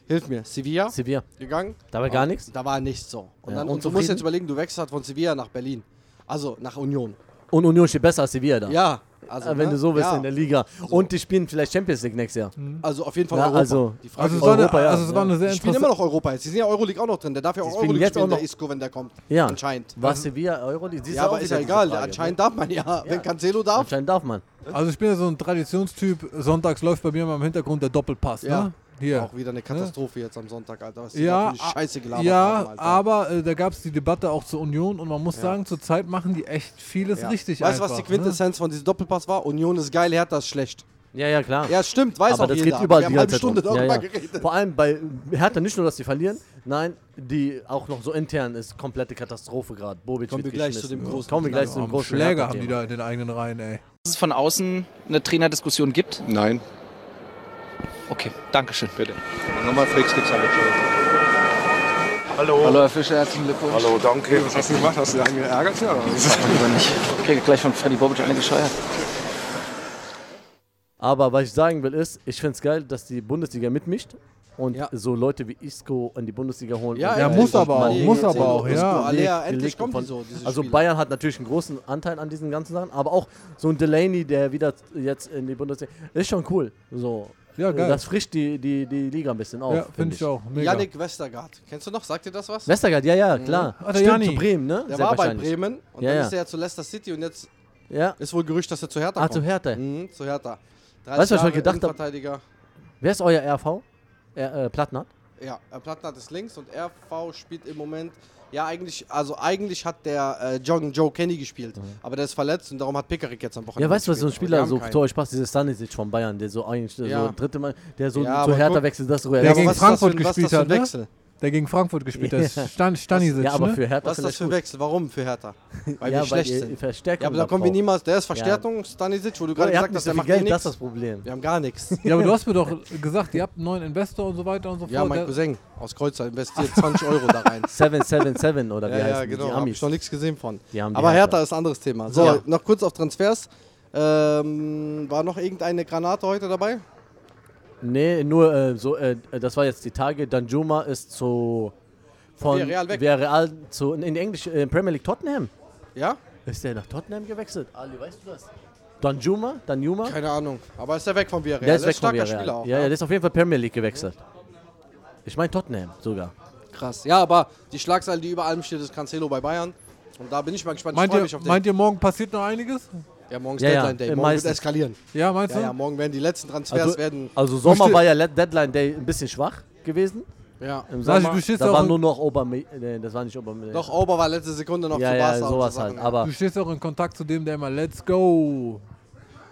C: hilf mir, Sevilla
A: ist. Sevilla.
C: gegangen.
A: Da war gar nichts.
C: Da war nichts so. Und,
A: Ja.
C: dann,
A: Und
C: und du musst
A: zufrieden?
C: jetzt überlegen, du wechselst halt von Sevilla nach Berlin. Also nach Union.
A: Und Union steht besser als Sevilla da.
C: Ja. Also,
A: Äh, wenn
C: ne?
A: du so willst
C: ja.
A: in der Liga. Und die spielen vielleicht Champions League nächstes Jahr.
C: Also auf jeden Fall
A: Ja,
C: Europa.
A: also-
C: die Frage
B: also, es
C: ist,
B: war,
A: Europa,
B: eine,
A: ja.
B: also es war
A: Ja.
B: eine sehr
C: die spielen immer
B: interessante.
C: noch Europa jetzt. Die sind ja Euroleague auch noch drin. Der darf ja auch
A: spielen
C: Euroleague
A: jetzt
C: spielen,
A: auch
C: der
A: noch-
C: Isco, wenn der kommt.
A: Ja.
C: Anscheinend.
A: War Sevilla Euroleague? Siehst
C: Ja,
A: du
C: aber
A: auch
C: ist
A: wieder
C: ja
A: diese
C: egal.
A: Frage,
C: Anscheinend darf man ja. Wenn Cancelo
A: Ne?
C: darf,
A: Anscheinend darf man.
B: Also ich bin ja so ein Traditionstyp, sonntags läuft bei mir mal im Hintergrund der Doppelpass,
C: Ja.
B: ne? Hier.
C: auch wieder eine Katastrophe jetzt am Sonntag, Alter. Was die
B: Ja,
C: da für eine Scheiße gelabert
B: ja
C: haben, Alter.
B: aber äh, da gab es die Debatte auch zur Union und man muss sagen, zurzeit machen die echt vieles
C: Ja.
B: richtig.
C: Weißt du,
B: einfach, ne?
C: was die
A: ne?
C: Quintessenz von diesem Doppelpass war? Union ist geil, Hertha ist schlecht.
A: Ja, ja, klar.
C: Ja, stimmt, weiß
A: aber
C: auch
A: das
C: jeder.
A: geht überall
C: wir
A: die
C: haben eine
A: ganze
C: halbe
A: Zeit
C: Stunde
A: drum.
C: darüber
A: ja, ja.
C: geredet.
A: Vor allem bei Hertha nicht nur, dass sie verlieren, nein, die auch noch so intern ist komplette Katastrophe gerade. Bobic
C: Kommen
A: wird
C: wir gleich zu
A: geschmissen.
C: dem großen Oh,
A: Kommen wir gleich
C: Thema.
A: zu dem
B: ne?
A: großen
B: Schläger haben die
A: Hertha-Thema.
B: da in den eigenen Reihen, ey.
D: dass es von außen eine Trainerdiskussion gibt?
E: Nein,
D: Okay, Dankeschön.
E: bitte. Nochmal Freaks gibt's alle schon. Hallo. Hallo, Herr Fischer, herzlichen Glückwunsch. Hallo, danke. Was hast du gemacht? Hast du dich geärgert? Ja.
D: Lieber nicht. Ich kriege gleich von Freddy Bobic eine gescheuert.
A: Aber was ich sagen will ist, ich finde es geil, dass die Bundesliga mitmischt und
C: Ja.
A: so Leute wie Isco in die Bundesliga holen. und
B: ja,
A: die
B: muss
A: Leute
B: aber auch,
A: Mane
B: muss
A: und
B: aber
A: so.
B: auch, ja.
A: Die
C: Alea,
A: Leg-
C: endlich
A: Leg-
C: kommt die
A: von-
C: so, diese
A: Also
C: Spiele.
A: Bayern hat natürlich einen großen Anteil an diesen ganzen Sachen, aber auch so ein Delaney, der wieder jetzt in die Bundesliga ist schon cool. So.
B: Ja, geil.
A: Das frischt die, die, die Liga ein bisschen auf.
B: ja, finde ich auch. Mega.
C: Yannick Westergaard. Kennst du noch? Sagt dir das was?
A: Westergaard, ja, ja, klar.
B: Alter,
A: Stimmt,
B: Jani.
A: zu Bremen, ne?
C: Der
A: Sehr
C: war bei
A: wahrscheinlich.
C: Bremen und
A: Ja,
C: dann
A: ja.
C: ist er ja zu Leicester City und jetzt
A: Ja.
C: ist wohl Gerücht, dass er zu Hertha
A: Ah,
C: kommt.
A: zu Hertha.
C: Mhm, zu Hertha.
A: Weißt du, was ich heute gedacht hab?
C: Verteidiger.
A: Wer ist euer RV? Er, äh, Plattner?
C: Ja, äh, Plattenhardt ist links und RV spielt im Moment. Ja, eigentlich, also eigentlich hat der äh, John Joe Kenny gespielt, aber der ist verletzt und darum hat Pekarik jetzt am Wochenende.
A: Mhm. Ja, weißt du, was so ein
C: gespielt, aber
A: Spieler
C: die
A: so
C: haben keinen.
A: zu euch passt? Dieser Stanisic von Bayern, der so eigentlich der
C: Ja.
A: so dritte Mal, der so
C: Ja,
A: zu
C: aber
A: Hertha
C: guck-
A: wechselt, das
B: Der
C: Ja,
A: so
C: aber
B: gegen
C: was ist das
B: Frankfurt
C: für ein- was ist
B: gespielt
C: das für
B: hat, ne?
C: ein Wechsel?
B: Der gegen Frankfurt gespielt hat.
A: Ja.
B: Stan, Stanisic,
A: Ja, aber
B: ne?
A: für Hertha
C: Was ist das
A: vielleicht
C: für ein
A: gut.
C: Wechsel? Warum für Hertha? Weil
A: ja,
C: wir schlecht
A: ihr
C: sind.
A: Verstärkung
C: Ja, aber da kommen wir
A: braucht.
C: niemals. Der ist Verstärkung, Stanisic, wo du
A: Ihr
C: gerade
A: habt
C: gesagt
A: nicht
C: hast,
A: so
C: der
A: viel
C: macht eh
A: Geld, das ist das
C: nichts.
A: Problem.
C: Wir haben gar nichts.
B: Ja, aber du hast mir doch gesagt, ihr habt einen neuen Investor und so weiter und so
C: Ja,
B: fort.
C: mein
B: Der-
C: Cousin aus Kreuzer investiert 20 Euro da rein.
A: 777 oder wie
C: Ja, ja,
A: heißt die
C: genau. Hab
A: Amis.
C: ich noch nichts gesehen von.
A: Die haben die
C: Aber
A: Hertha.
C: Hertha ist ein anderes Thema. So,
A: Ja.
C: noch kurz auf Transfers. Äh, Ähm, war noch irgendeine Granate heute dabei?
A: Nee, nur äh, so, äh, das war jetzt die Tage. Danjuma ist zu. Von
C: Villarreal weg.
A: Villarreal zu. In die englische äh, Premier League Tottenham.
C: Ja?
A: Ist der nach Tottenham gewechselt? Ali, weißt du das? Danjuma? Danjuma?
C: Keine Ahnung. Aber ist er weg von Villarreal?
A: Der ist
C: Er
A: weg von
C: starker
A: Villarreal.
C: Spieler auch.
A: ja, ja, der ist auf jeden Fall Premier League gewechselt. Ich meine Tottenham sogar.
C: Krass. Ja, aber die Schlagzeile, die über allem steht, ist Cancelo bei Bayern. Und da bin ich mal gespannt.
B: Meint
C: ich freue
B: ihr,
C: mich auf den.
B: meint ihr, morgen passiert noch einiges?
C: ja, morgen ist
A: Ja, ja,
C: Deadline Day.
A: äh,
C: Morgen
A: meistens.
C: wird eskalieren.
B: Ja, meinst
C: Ja,
B: du?
C: ja, morgen werden die letzten Transfers
A: Also,
C: werden.
A: also Sommer
B: Verstehe.
A: war ja Le- Deadline Day ein bisschen schwach gewesen.
C: Ja.
A: Im
B: Sag ich,
A: Sommer,
B: du stehst
A: da
B: auch
A: war
B: in-
A: nur noch Oberme nee, das war nicht Oberme
C: Doch, Ober war letzte Sekunde noch
A: ja,
C: zu
A: ja,
C: Barca. und so
A: sowas
C: Sachen,
A: halt. Aber
B: Du stehst auch in Kontakt zu dem, der immer Let's Go.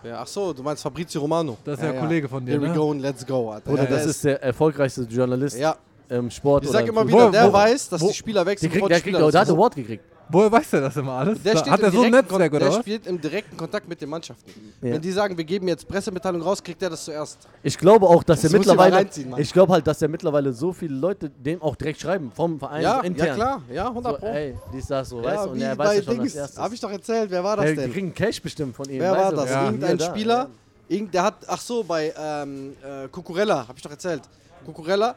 C: Ja, ach so, du meinst Fabrizio Romano.
B: Das ist ja ein Kollege von dir,
C: Here
B: ne?
C: we go and let's go. Alter.
A: Bruder,
C: Ja,
A: das
C: der
A: ist der erfolgreichste Journalist
C: Ja,
A: im Sport.
C: ich
A: oder
C: sag
A: im
C: immer
A: Fußball.
C: wieder, der
B: wo-
C: weiß, dass
B: wo-
C: die Spieler wechseln.
A: Der, kriegt,
C: bevor
A: der,
C: die
A: kriegt,
C: Spieler
A: der hat
C: das-
A: Award gekriegt.
B: Woher weiß der das immer alles?
C: Der
B: Da-
C: steht
B: Hat
C: im
B: er so ein
C: direkten Kon-
B: Netzwerk oder
C: Der
B: was?
C: spielt im direkten Kontakt mit den Mannschaften.
A: Ja.
C: Wenn die sagen, wir geben jetzt Pressemitteilung raus, kriegt der das zuerst.
A: Ich glaube auch, dass
C: Das
A: er
C: muss ich mal
A: mittlerweile.
C: reinziehen, Mann.
A: Ich glaube halt, dass er mittlerweile so viele Leute dem auch direkt schreiben vom Verein
C: ja,
A: intern.
C: ja, klar. Ja, 100
A: So,
C: Pro.
A: ey, dies das so,
C: ja,
A: weißt du? Und
C: wie
A: er
C: bei
A: weiß ja schon als
C: Dings.
A: erstes.
C: Hab ich doch erzählt, wer war das
A: der
C: denn?
A: Äh, kriegen Cash bestimmt von ihm.
C: Wer
A: weißt
C: war
A: du?
C: das?
A: Ja.
C: Irgendein
A: Ja, da,
C: Spieler, irgend, der hat, ach so, bei ähm, äh, Cucurella, hab ich doch erzählt. Cucurella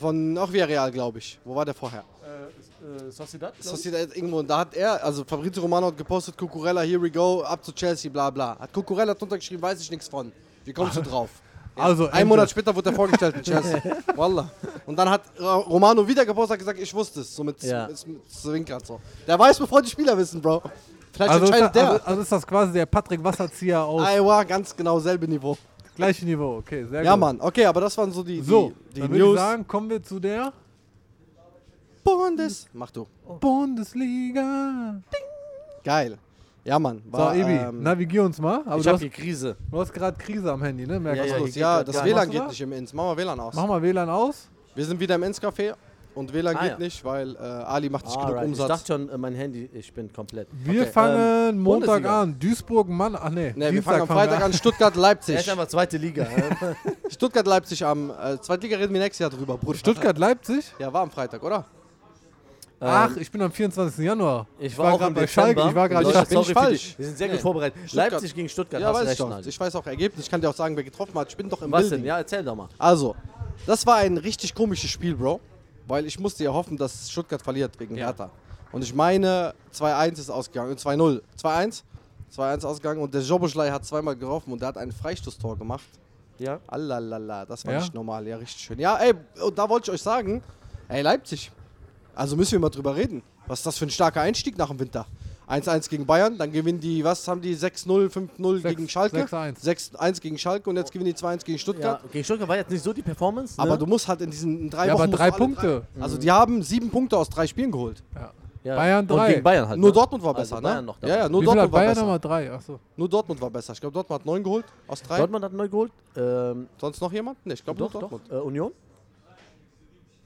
C: von auch Villarreal, glaube ich. Wo war der vorher?
A: Äh, Sociedad? glaub ich?
C: Sociedad halt irgendwo. Und da hat er, also Fabrizio Romano hat gepostet, Cucurella, here we go, ab zu Chelsea, bla bla. Hat Cucurella drunter geschrieben, weiß ich nichts von. Wie kommst du drauf?
B: Also,
C: Ein Monat später wurde er vorgestellt in Chelsea. Wallah. Und dann hat äh, Romano wieder gepostet hat gesagt, ich wusste es. So mit,
A: Ja.
C: mit, mit Zwinkern so. Der weiß, bevor die Spieler wissen, Bro. Vielleicht
B: also, ist
C: entscheidet
B: da-
C: der.
B: also, also ist das quasi der Patrick Wasserzieher aus
C: Iowa, ganz genau, selbe Niveau.
B: gleichem Niveau. Okay, sehr
C: Ja,
B: gut.
C: Mann. Okay, aber das waren so die,
B: So,
C: die, die
B: dann würde ich
C: News.
B: sagen, kommen wir zu der
C: Bundes. Mach du.
B: Bundesliga.
C: Geil. Ja, Mann.
B: So,
C: War,
B: Ebi,
C: ähm,
B: navigier uns mal. Aber
A: Ich
B: du
A: hab
B: hast,
A: die Krise.
B: du hast gerade Krise am Handy, ne? Merk
A: Ja,
B: was
A: ja,
B: los.
A: hier
C: los,
A: geht
C: ja,
A: grad
C: das
A: gar
C: WLAN
B: nichts. Machst du
C: geht nicht im Ins. Machen wir WLAN aus.
B: Mach mal WLAN aus.
C: Wir sind wieder im Ins-Café und WLAN
A: Ah,
C: geht
A: ja.
C: nicht, weil äh, Ali macht sich genug
A: Alright. Ich
C: Umsatz.
A: dachte schon, äh, mein Handy, ich bin komplett. ähm,
B: Wir
C: Okay, ähm,
B: fangen Montag
C: Bundesliga.
B: an. Duisburg, Mann. Ach nee,
C: Ne, wir
B: Dienstag
C: fangen am Freitag
B: wir
C: an. Stuttgart,
A: Er ist
C: Leipzig.
A: einfach zweite Liga.
C: Stuttgart, Leipzig am äh, Zweitliga reden wir nächstes Jahr drüber, Bruder.
B: Stuttgart, Leipzig.
C: Ja, war am Freitag, oder?
B: Ach, ich bin am 24. Januar.
A: Ähm, ich war, auch
B: gerade
A: im
B: bei Schalke.
A: Dezember.
B: Ich war gerade
A: Leute,
C: Leute,
B: Schalke.
C: bin
A: sorry
C: ich
A: für die-
C: falsch.
A: Wir sind sehr gut
C: Nee.
A: vorbereitet.
C: Stuttgart.
A: Leipzig gegen Stuttgart.
C: ja,
A: hast
C: weiß ich
A: recht,
C: doch.
A: Nadi.
C: Ich weiß auch Ergebnis. Ich kann dir auch sagen, wer getroffen hat. Ich bin doch im
A: Was denn?
C: Building.
A: Ja, erzähl doch mal.
C: Also, das war ein richtig komisches Spiel, Bro. Weil ich musste ja hoffen, dass Stuttgart verliert wegen Hertha. Und ich meine, 2-1 ist ausgegangen. äh, 2-0. 2-1. 2-1 ausgegangen. Und der Joboschlei hat zweimal getroffen und der hat ein Freistoßtor gemacht.
A: Ja.
C: Allalala, das war
B: Ja?
C: nicht normal. Ja, richtig schön. Ja, ey, und da wollte ich euch sagen, ey, Leipzig. Also müssen wir mal drüber reden. Was ist das für ein starker Einstieg nach dem Winter? 1-1 gegen Bayern, dann gewinnen die, was haben die, 6-0, 5-0
B: Sechs-
C: gegen Schalke?
B: 6-1.
C: 6-1 gegen Schalke und jetzt gewinnen die 2-1 gegen Stuttgart.
A: ja. Gegen Stuttgart war jetzt nicht so die Performance.
C: Aber
A: ne?
C: du musst halt in diesen drei
B: Ja,
C: Wochen.
B: aber
C: musst
B: drei
C: du alle
B: Punkte.
C: Drei, also die haben sieben Punkte aus drei Spielen geholt.
A: Ja.
B: Bayern
A: Und
B: drei.
A: gegen Bayern halt.
C: nur
A: ne?
C: Dortmund war
A: Also
C: besser,
A: Bayern
C: ne?
A: noch dabei.
C: ja, ja, nur
B: Wie viel hat
C: Dortmund war
B: Bayern
C: besser.
B: nochmal? Drei. Achso.
C: Nur Dortmund war besser. Ich glaube, Dortmund hat neun geholt aus drei.
A: Dortmund hat neu geholt. Ähm,
C: Sonst noch jemand? Ne, ich glaube nur
A: doch,
C: Dortmund.
A: doch. Äh, Union?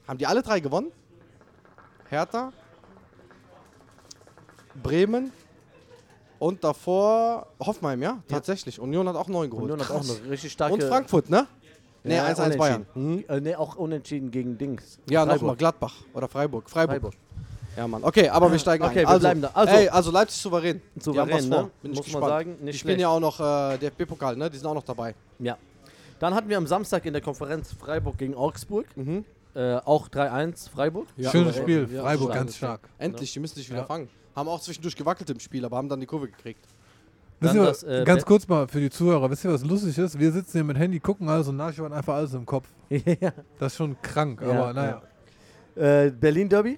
C: Haben die alle drei gewonnen? Hertha, Bremen und davor Hoffenheim, ja? Tatsächlich. Union hat auch neun geholt.
A: Union hat auch
C: Oh, Krass.
A: eine richtig starke.
C: und Frankfurt, ne? Ne,
A: Ja,
C: 1-1 Bayern.
A: unentschieden. Äh, nee, auch unentschieden gegen Dings.
C: Ja,
A: Freiburg.
C: nochmal Gladbach oder Freiburg. Freiburg.
A: Freiburg.
C: Ja, Mann. Okay, aber wir steigen
A: Okay,
C: ein.
A: wir bleiben da. Also-
C: Also, ey, also Leipzig souverän. Die
A: Souverän,
C: haben was vor.
A: ne?
C: Bin
A: Muss
C: ich
A: man
C: gespannt.
A: sagen, nicht
C: ich
A: schlecht.
C: bin ja auch noch äh, DFB-Pokal, ne? Die sind auch noch dabei.
A: Ja. Dann hatten wir am Samstag in der Konferenz Freiburg gegen Augsburg.
C: Mhm.
A: Äh, auch 3-1 Freiburg.
B: Schönes
A: aber-
B: Spiel.
A: ja,
B: Freiburg
A: stark.
B: ganz stark.
C: Endlich, die müssen sich wieder
B: Ja.
C: fangen. Haben auch zwischendurch gewackelt im Spiel, aber haben dann die Kurve gekriegt.
B: Wisst ihr,
A: Dann
B: was,
A: das, äh,
B: ganz
A: Be-
B: kurz mal für die Zuhörer, wisst ihr, was lustig ist? Wir sitzen hier mit Handy, gucken alles und Nashi hat einfach alles im Kopf.
A: ja.
B: Das ist schon krank,
A: Ja,
B: aber naja.
A: äh, Berlin Derby.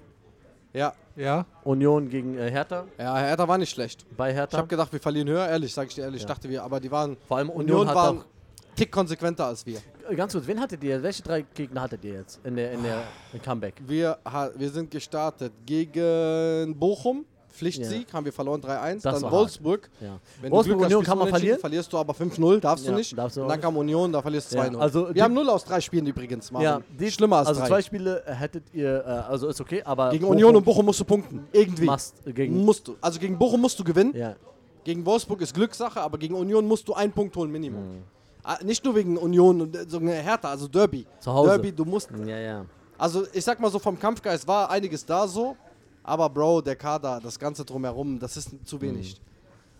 C: Ja,
B: Ja,
A: Union gegen äh, Hertha.
C: ja, Hertha war nicht schlecht.
A: Bei
C: Ich
A: Hertha.
C: habe gedacht, wir verlieren höher, ehrlich, sage ich dir ehrlich. Ich
A: Ja.
C: dachte wir, aber die waren.
A: Vor allem Union,
C: Union,
A: hat
C: waren
A: auch.
C: tick konsequenter als wir.
A: Äh, Ganz kurz, wen hattet ihr? Welche drei Gegner hattet ihr jetzt in der, in der
C: Ah.
A: im Comeback?
C: Wir, ha- wir sind gestartet gegen Bochum, Pflichtsieg, haben wir verloren 3-1.
A: Das war
C: Dann
A: hart.
C: Wolfsburg.
A: Ja.
C: Wenn du
A: Wolfsburg
C: Glück hast,
A: Union
C: spielst
A: kann
C: du
A: man
C: unentschieden,
A: verlieren.
C: Verlierst du aber 5-0, darfst
A: Ja,
C: du nicht.
A: darfst du
C: Und
A: auch
C: dann
A: nicht.
C: kam Union, da verlierst du
A: Ja,
C: 2-0.
A: also die-
C: wir haben 0 aus 3 Spielen übrigens, Marvin.
A: Ja, die-
C: Schlimmer als
A: Also
C: 3.
A: zwei Spiele äh, hättet ihr, äh, also ist okay, aber.
C: gegen
A: Bochum
C: Union und Bochum musst du punkten. Irgendwie.
A: must- äh, gegen,
C: Musst du. Also gegen Bochum musst du gewinnen.
A: ja.
C: Gegen Wolfsburg ist Glückssache, aber gegen Union musst du einen Punkt holen, Minimum. Ah, Nicht nur wegen Union und äh, so eine Hertha, also Derby.
A: Zu Hause.
C: Derby, du musst
A: ja, ja.
C: Also ich sag mal so, vom Kampfgeist war einiges da so, aber Bro, der Kader, das Ganze drumherum, das ist zu wenig.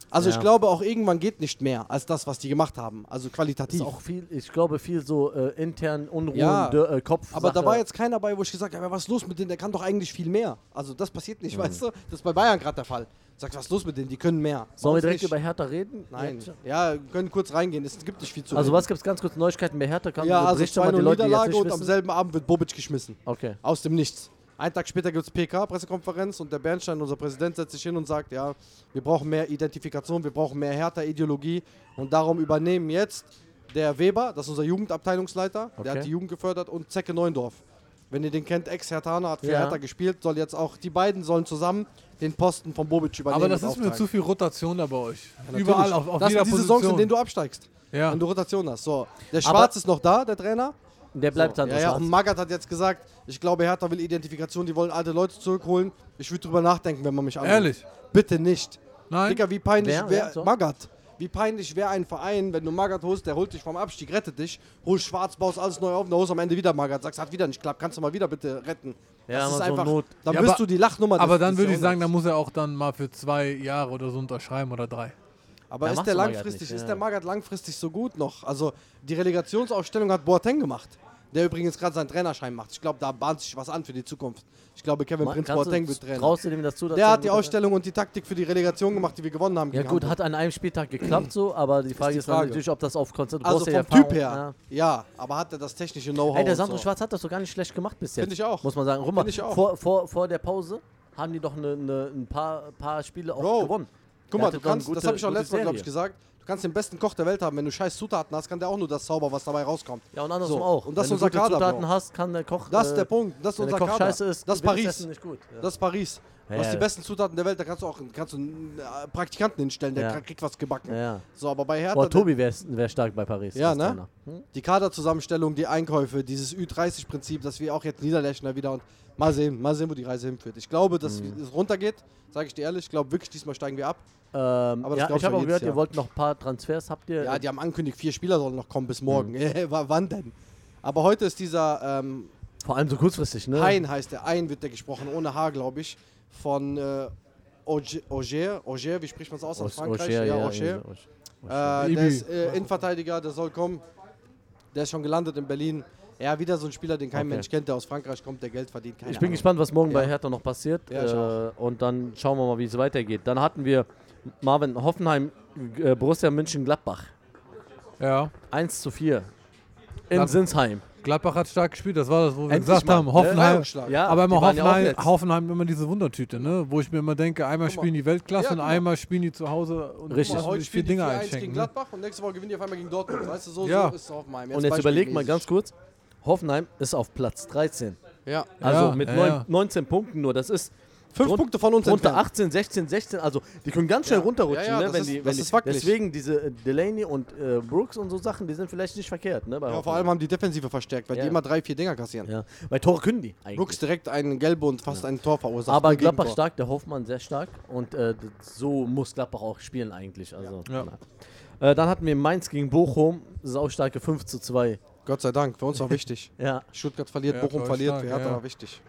C: Also
A: Mhm. Ja.
C: ich glaube auch irgendwann geht nicht mehr als das, was die gemacht haben. Also qualitativ.
A: Ist auch viel, ich glaube, viel so äh, intern Unruhen,
C: Ja,
A: Dö- äh, Kopf.
C: Aber da war jetzt keiner bei, wo ich gesagt habe, ja, was ist los mit denen? Der kann doch eigentlich viel mehr. Also das passiert
A: Mhm.
C: nicht, weißt du? Das ist bei Bayern gerade der Fall. Sagt, was ist los mit denen? Die können mehr.
A: Sollen wir
C: Bei uns
A: direkt
C: nicht.
A: über Hertha reden?
C: Nein.
A: Ja,
C: Ja, können kurz reingehen. Es gibt nicht viel zu
A: Also
C: reden.
A: was gibt es ganz kurz Neuigkeiten bei Hertha? Kann
C: Ja, also
A: berichte mal die
C: 2-0
A: Leute, die jetzt
C: Niederlage
A: nicht
C: und am
A: wissen.
C: selben Abend wird Bobic geschmissen.
B: Oh.
A: Okay.
C: Aus dem Nichts. Einen Tag später gibt es PK-Pressekonferenz und der Bernstein, unser Präsident, setzt sich hin und sagt, ja, wir brauchen mehr Identifikation, wir brauchen mehr Hertha-Ideologie und darum übernehmen jetzt der Weber, das ist unser Jugendabteilungsleiter,
A: Okay.
C: der hat die Jugend gefördert und Zecke Neundorf. Wenn ihr den kennt, Ex-Hertaner, hat für
A: Ja.
C: Hertha gespielt, soll jetzt auch, die beiden sollen zusammen den Posten von Bobic übernehmen.
B: Aber das
C: und
B: ist mir
C: auftragen.
B: zu viel Rotation da bei euch.
C: Natürlich.
B: Überall auf, auf
C: das
B: jeder
C: sind diese
B: Position.
C: Songs, in denen du absteigst,
B: ja.
C: wenn du Rotation hast. So, der Schwarz ist noch da, der Trainer.
A: Der bleibt dann
C: Ja,
A: der
C: ja,
A: Schwarz.
C: und Magath hat jetzt gesagt, ich glaube, Hertha will Identifikation, die wollen alte Leute zurückholen. Ich würde drüber nachdenken, wenn man mich anruft.
B: Ehrlich?
C: Bitte nicht.
B: Nein?
C: Digga, wie peinlich
A: Wer?
C: wäre
A: Wer? So?
C: Magath. Wie peinlich wäre ein Verein, wenn du Magath holst, der holt dich vom Abstieg, rettet dich, holst schwarz, baust alles neu auf, und holst am Ende wieder Magath, sagst, hat wieder nicht geklappt, kannst du mal wieder bitte retten.
A: Ja,
C: das
A: aber
C: ist
A: so
C: einfach,
A: Not-
C: dann
B: Ja,
C: bist
B: aber-
C: du die Lachnummer. des-
B: aber dann
C: des
B: würde ich sagen, da
C: Jahrhunderts.
B: muss er auch dann mal für zwei Jahre oder so unterschreiben oder drei.
C: Aber
A: Ja,
C: ist
A: machst
C: der
A: du Magath
C: langfristig,
A: nicht,
C: ist
A: ja.
C: der Magath langfristig so gut noch? Also die Relegationsaufstellung hat Boateng gemacht, der übrigens gerade seinen Trainerschein macht. Ich glaube, da bahnt sich was an für die Zukunft. Ich glaube, Kevin
A: Ma-
C: Prinz
A: kannst du-
C: Boateng wird Trainer.
A: Traust du dem das zu? dass
C: Der
A: er
C: hat die
A: guter-
C: Aufstellung und die Taktik für die Relegation gemacht, die wir gewonnen haben.
A: Ja
C: gegen
A: gut,
C: Hamburg.
A: hat an einem Spieltag geklappt so, aber die Frage
C: die
A: ist, dann
C: Frage.
A: natürlich, ob das auf Konzert...
C: also vom Typ her. Ja, aber hat er das technische Know-how?
A: Ey, der
C: und
A: Sandro
C: so.
A: Schwarz hat das so gar nicht schlecht gemacht bis jetzt.
C: Finde ich auch.
A: Muss man sagen. Guck mal,
C: Finde ich auch.
A: Vor, vor, vor der Pause haben die doch ne, ne, ein paar, paar Spiele auch
C: Bro,
A: gewonnen.
C: Guck
A: Der
C: mal,
A: hatte
C: du
A: doch eine
C: kannst, das
A: gute-
C: habe ich auch
A: gute
C: letztes Mal, glaube ich,
A: Serie.
C: gesagt. Du kannst den besten Koch der Welt haben. Wenn du scheiß Zutaten hast, kann der auch nur das zaubern, was dabei rauskommt.
A: Ja, und andersrum
C: So,
A: auch.
C: und das ist
A: Wenn
C: unser
A: du gute
C: Kader,
A: Zutaten
C: Bro.
A: hast, kann der Koch...
C: Das ist
A: äh,
C: der Punkt. Das ist
A: wenn
C: unser
A: der Koch
C: Kader.
A: scheiße ist,
C: das ist
A: wird das
C: Paris.
A: Essen nicht gut. Ja.
C: Das ist Paris. Du
A: Ja,
C: hast die
A: ja.
C: besten Zutaten der Welt, da kannst du auch kannst du einen äh, Praktikanten hinstellen, der
A: Ja.
C: kra- kriegt was gebacken.
A: Ja, ja.
C: So, aber bei Hertha,
A: Boah, Tobi wäre wär stark bei Paris.
C: Ja,
A: als
C: ne?
A: Trainer. Hm?
C: die Kaderzusammenstellung, die Einkäufe, dieses Ü30-Prinzip, dass wir auch jetzt Niederlechner wieder und mal sehen, mal sehen, wo die Reise hinführt. Ich glaube, dass
A: Mhm.
C: es runtergeht, sage ich dir ehrlich, ich glaube wirklich, diesmal steigen wir ab.
A: Ähm,
C: Aber das
A: ja,
C: glaub ich
A: ich habe
C: schon
A: auch gehört,
C: jedes Jahr.
A: ihr wollt noch ein paar Transfers. Habt ihr?
C: Ja, die haben angekündigt, vier Spieler sollen noch kommen bis morgen.
A: Mhm.
C: Äh, wa- Wann denn? Aber heute ist dieser ähm,
A: vor allem so kurzfristig, ne?
C: Hein heißt der, Ein wird der gesprochen, ohne H, glaube ich, von äh, Auge- Auger, Auger, wie spricht man es aus in
A: Aus
C: Frankreich?
A: Auxerre, ja,
C: Auger.
A: irgendwie so.
C: Äh, der
B: Ibi.
C: ist äh, Innenverteidiger, der soll kommen. Der ist schon gelandet in Berlin. Ja, wieder so ein Spieler, den kein
A: Okay.
C: Mensch kennt, der aus Frankreich kommt, der Geld verdient. Keine
A: Ich bin
C: Ahnung.
A: gespannt, was morgen bei
C: Ja.
A: Hertha noch passiert.
C: Ja, ich
A: äh, und dann schauen wir mal, wie es weitergeht. Dann hatten wir Marvin Hoffenheim, äh, Borussia München-Gladbach.
B: Ja.
A: 1 zu 4. In
B: Gladbach.
A: Sinsheim.
B: Gladbach hat stark gespielt, das war das, wo wir
A: Endlich
B: gesagt
A: mal,
B: haben. Hoffenheim.
C: Reihungsschlag.
A: Ja,
B: aber
A: die
B: immer
A: waren ja auch
B: Hoffenheim,
A: letzt.
B: Hoffenheim immer diese Wundertüte, ne? wo ich mir immer denke, einmal
C: mal.
B: spielen die Weltklasse
C: Ja,
B: und
C: guck mal.
B: einmal spielen die zu Hause und
A: Richtig.
C: Guck
B: lassen
C: mal, heute
B: sich vier
C: spielen
B: Dinge
C: die 4-1
B: einschenken.
C: gegen
B: Ne?
C: Gladbach und nächste Woche gewinnen die auf einmal gegen Dortmund. Weißt du, so,
B: Ja.
C: so ist es auf meinem.
A: Und jetzt überleg mal ganz
C: kurz.
A: kurz. Hoffenheim ist auf Platz 13.
C: Ja.
A: Also
B: Ja,
A: mit
B: ja,
A: neun,
B: ja.
A: 19 Punkten nur. Das ist
C: Fünf
A: Drun-
C: Punkte von uns
A: runter
C: entfernt.
A: 18, 16, 16. Also die können ganz schnell
C: Ja.
A: runterrutschen,
C: Ja, ja,
A: ne,
C: das
A: wenn
C: ist-
A: die,
C: das
A: wenn
C: ist
A: die,
C: wackelig.
A: Deswegen diese äh, Delaney und äh, Brooks und so Sachen, die sind vielleicht nicht verkehrt. Ne, bei
C: Ja, vor
A: Hoffenheim.
C: allem haben die Defensive verstärkt, weil
A: Ja.
C: die immer drei, vier Dinger kassieren.
A: Ja. Weil Tore können die eigentlich.
C: Brooks direkt einen gelben und fast ein Tor verursacht.
A: Aber
C: ein
A: Gladbach
C: Gegentor.
A: stark, der Hoffmann sehr stark und äh, d- so muss Gladbach auch spielen eigentlich. Also,
B: Ja.
A: na. Äh, dann hatten wir Mainz gegen Bochum, saustarke 5 zu 2.
C: Gott sei Dank, für uns war wichtig.
A: Ja.
C: Stuttgart verliert,
B: Ja, für
C: Bochum
B: euch
C: verliert,
B: stark,
C: für Hertha
B: ja.
C: war wichtig.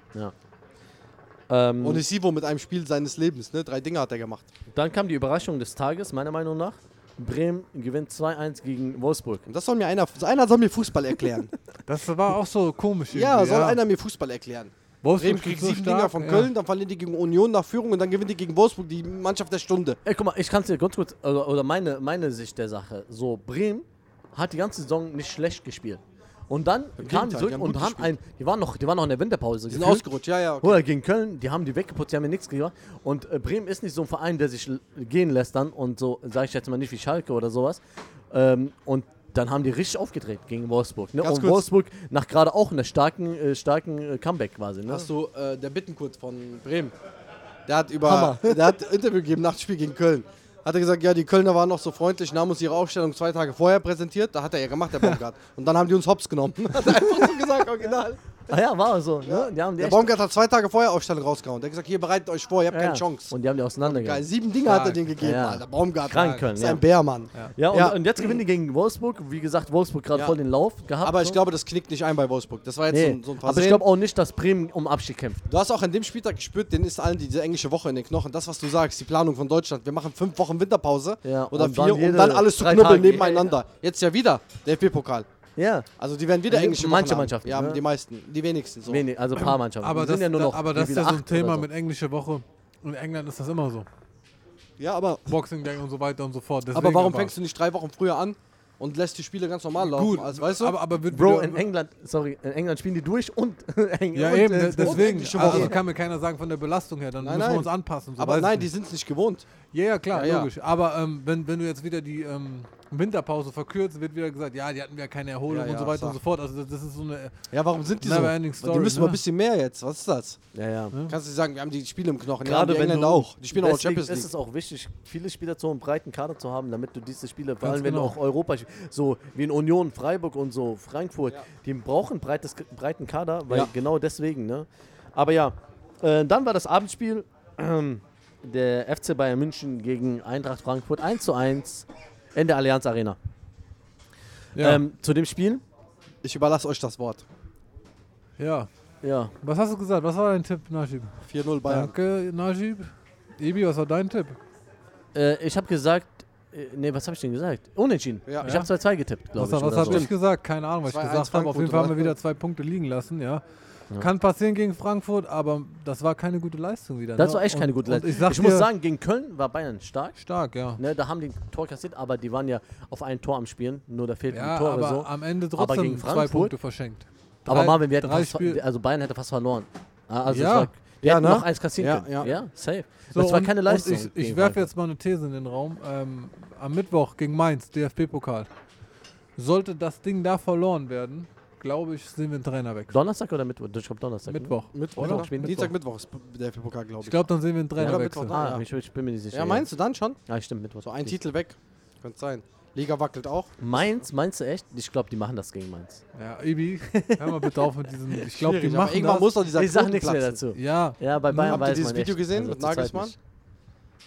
A: Ähm,
C: Und Isivo mit einem Spiel seines Lebens, ne? Drei Dinger hat er gemacht.
A: dann kam die Überraschung des Tages, meiner Meinung nach. Bremen gewinnt 2-1 gegen Wolfsburg.
C: Und das soll mir einer, einer soll mir Fußball erklären.
B: Das war auch so komisch.
C: ja,
B: irgendwie,
C: soll einer mir Fußball erklären.
B: Wolfsburg
C: Bremen
B: spielt
C: kriegt
B: so
C: sieben
B: stark,
C: Dinger von
B: ja.
C: Köln, dann verlieren die gegen Union nach Führung und dann gewinnt die gegen Wolfsburg die Mannschaft der Stunde.
A: Ey, guck mal, ich kann es dir ganz kurz, oder, oder meine, meine Sicht der Sache. So, Bremen hat die ganze Saison nicht schlecht gespielt. Und dann kamen die
C: Gegenteil,
A: zurück
C: die haben
A: und
C: gut
A: haben ein, die waren noch, die waren noch in der Winterpause.
C: Die sind
A: gefühlt.
C: ausgerutscht, ja, ja. Okay.
A: Oder gegen Köln, die haben die weggeputzt, die haben ja nichts gemacht. Und äh, Bremen ist nicht so ein Verein, der sich l- gehen lässt dann und so, sage ich jetzt mal nicht wie Schalke oder sowas. Ähm, und dann haben die richtig aufgedreht gegen Wolfsburg. Ne?
C: Ganz
A: Und
C: kurz.
A: Wolfsburg nach gerade auch einer starken, äh, starken äh, Comeback quasi. Ne?
C: Hast du äh, der Bittenkurt von Bremen? Der hat über, der hat Interview gegeben nach dem Spiel gegen Köln. Hat er gesagt, ja, die Kölner waren noch so freundlich, und haben uns ihre Aufstellung zwei Tage vorher präsentiert. Da hat er ja gemacht, der Baumgart. Und dann haben die uns hops genommen. hat er einfach so gesagt, original.
A: Ah ja, war so. Ne? Die haben die
C: Der
A: echt-
C: Baumgart hat zwei Tage vorher Aufstellung rausgehauen. Der hat gesagt, hier bereitet euch vor, ihr habt
A: ja, ja.
C: keine Chance.
A: Und die haben die auseinandergegangen.
C: Geil, sieben Dinge hat er denen gegeben,
A: Ja, ja.
C: Alter. Baumgart
A: Krank können,
C: ist
A: ja.
C: ein Bärmann.
A: Ja, und,
C: Ja.
A: und jetzt gewinnen die gegen Wolfsburg. Wie gesagt, Wolfsburg gerade
C: Ja.
A: voll den Lauf gehabt.
C: Aber ich
A: so.
C: glaube, das knickt nicht ein bei Wolfsburg. Das war jetzt so
A: nee.
C: ein- so ein
A: aber ich
C: Versehen.
A: glaube auch nicht, dass Bremen um Abstieg kämpft.
C: Du hast auch an dem Spieltag gespürt, denen ist allen diese englische Woche in den Knochen. Das, was du sagst, die Planung von Deutschland. Wir machen fünf Wochen Winterpause
A: Ja,
C: oder
A: und dann
C: vier, um
A: jede
C: dann alles zu
A: drei
C: knüppeln
A: Tage.
C: nebeneinander. Jetzt ja wieder der FB-Pokal.
A: Ja,
C: Also die werden wieder
A: Die-
C: englische Wochen
A: manche
C: haben.
A: Mannschaften,
C: Ja,
A: ne?
C: die meisten. Die wenigsten so.
A: wenig, also ein paar Mannschaften.
B: Aber
A: Die
B: das,
A: sind ja nur noch
B: aber das ist
A: wieder
B: ja so ein
A: acht oder
B: Thema
A: so.
B: mit englischer Woche. In England ist das immer so.
C: Ja, aber,
B: Boxing Day und so weiter und so fort.
C: aber warum fängst du nicht drei Wochen früher an und lässt die Spiele ganz normal laufen?
B: Gut,
C: also, weißt du?
B: aber, aber wird
A: Bro,
B: wieder-
A: in England, sorry, in England spielen die durch und England.
B: Ja,
A: und,
B: eben,
A: äh,
B: de- deswegen.
C: englische Woche.
B: Also kann mir keiner sagen von der Belastung her, dann
C: Nein,
B: müssen
C: nein.
B: wir uns anpassen. So
C: aber
B: weiß
C: nein,
B: ich
C: die
B: nicht.
C: sind es nicht gewohnt.
B: Ja, ja, klar,
C: Ja, ja.
B: logisch. Aber ähm, wenn, wenn du jetzt wieder die ähm, Winterpause verkürzt, wird wieder gesagt, ja, die hatten ja keine Erholung
C: Ja,
B: und
C: ja,
B: so weiter
C: sag.
B: und so fort. Also das, das ist so eine.
C: Ja, warum sind die
B: Never
C: so?
B: ending
C: die
B: story,
C: müssen
B: ne?
C: mal ein bisschen mehr jetzt. Was ist das?
A: ja, ja.
C: Kannst du nicht sagen, wir haben die Spiele im Knochen. ja, haben
A: Gerade
C: die
A: wenn
C: Engländer
A: du-
C: auch. Die spielen auch
A: Deswegen
C: Champions League.
A: ist es auch wichtig, viele Spieler zu einem breiten Kader zu haben, damit du diese Spiele, vor
B: Ganz
A: allem wenn du
B: genau.
A: auch Europa spielst, so wie in Union, Freiburg und so, Frankfurt, die brauchen breites, breiten Kader, weil
C: Ja.
A: genau deswegen, ne? Aber ja, äh, dann war das Abendspiel ähm, der FC Bayern München gegen Eintracht Frankfurt 1 zu 1 in der Allianz Arena.
B: Ja,
A: Ähm, zu dem Spiel,
C: ich überlasse euch das Wort.
B: ja.
A: ja,
B: Was hast du gesagt? Was war dein Tipp, Najib?
C: 4-0 Bayern.
B: Danke, Najib. Ebi, was war dein Tipp?
A: äh, ich habe gesagt, äh, nee, was habe ich denn gesagt? Unentschieden.
C: Ja.
A: Ich habe 2-2 getippt,
B: Was,
A: glaube ich.
B: was
A: oder
B: habe
A: so.
B: ich gesagt? Keine Ahnung, was ich
C: 2-1
B: gesagt habe. Auf jeden
C: Frankfurt,
B: Fall haben wir
C: oder?
B: wieder zwei Punkte liegen lassen, ja. Kann passieren gegen Frankfurt, aber das war keine gute Leistung wieder.
A: Das
B: ne?
A: war echt
B: Und-
A: keine gute
B: und
A: Leistung.
B: Ich, sag
A: Ich, muss
B: dir-
A: sagen, gegen Köln war Bayern stark.
B: Stark, ja.
A: Ne, da haben die ein Tor kassiert, aber die waren ja auf ein Tor am Spielen. Nur da fehlten
B: Ja,
A: die Tore
B: aber
A: so.
B: am Ende
A: Aber
B: trotzdem
A: gegen
B: zwei
A: Frankfurt-
B: Punkte verschenkt.
A: aber Marvin, wir hätten
B: drei
A: fast,
B: Spiel
A: ver- also Bayern hätte fast verloren. Ah, Also
B: Ja.
A: es war, wir
C: Ja,
A: hätten
C: ne?
A: noch eins kassieren
C: Ja,
A: können. Ja,
C: ja.
A: safe.
B: So,
A: das war
B: und-
A: keine Leistung.
B: Und ich ich
A: gegen
B: werfe
A: Frankfurt.
B: jetzt mal eine These in den Raum. Ähm, am Mittwoch gegen Mainz, DFB-Pokal. Sollte das Ding da verloren werden, glaube ich, sehen wir einen Trainer weg.
A: Donnerstag oder Mittwoch? Ich glaube Donnerstag. ne?
B: Mittwoch.
C: Mittwoch,
A: Mittwoch
C: oder?
A: spielen
C: Dienstag, Mittwoch ist der FB-Pokal, glaube ich.
B: Ich glaube, dann sehen wir einen Trainer weg.
C: Mittwoch,
A: Ah,
C: Ja.
A: Ich, ich bin mir nicht sicher.
C: ja, meinst du dann schon?
A: Ja, stimmt, Mittwoch.
C: So ein Titel weg. Könnte sein. Liga wackelt auch.
A: Mainz, meinst du echt? Ich glaube, die machen das gegen Mainz.
B: Ja, Ibi, hör mal bitte auf mit diesem. Ich glaube, die
C: Schwierig, aber
B: machen
C: irgendwann
B: das.
C: muss doch dieser
A: ich sag
C: Knoten
A: nichts mehr
C: platzen.
A: dazu.
B: ja, Hm?
A: Ja, bei Bayern
C: Habt ihr
A: weiß
C: dieses
A: man
C: Video
A: echt. Also
C: gesehen mit
A: zurzeit
C: Nagelsmann?
A: nicht.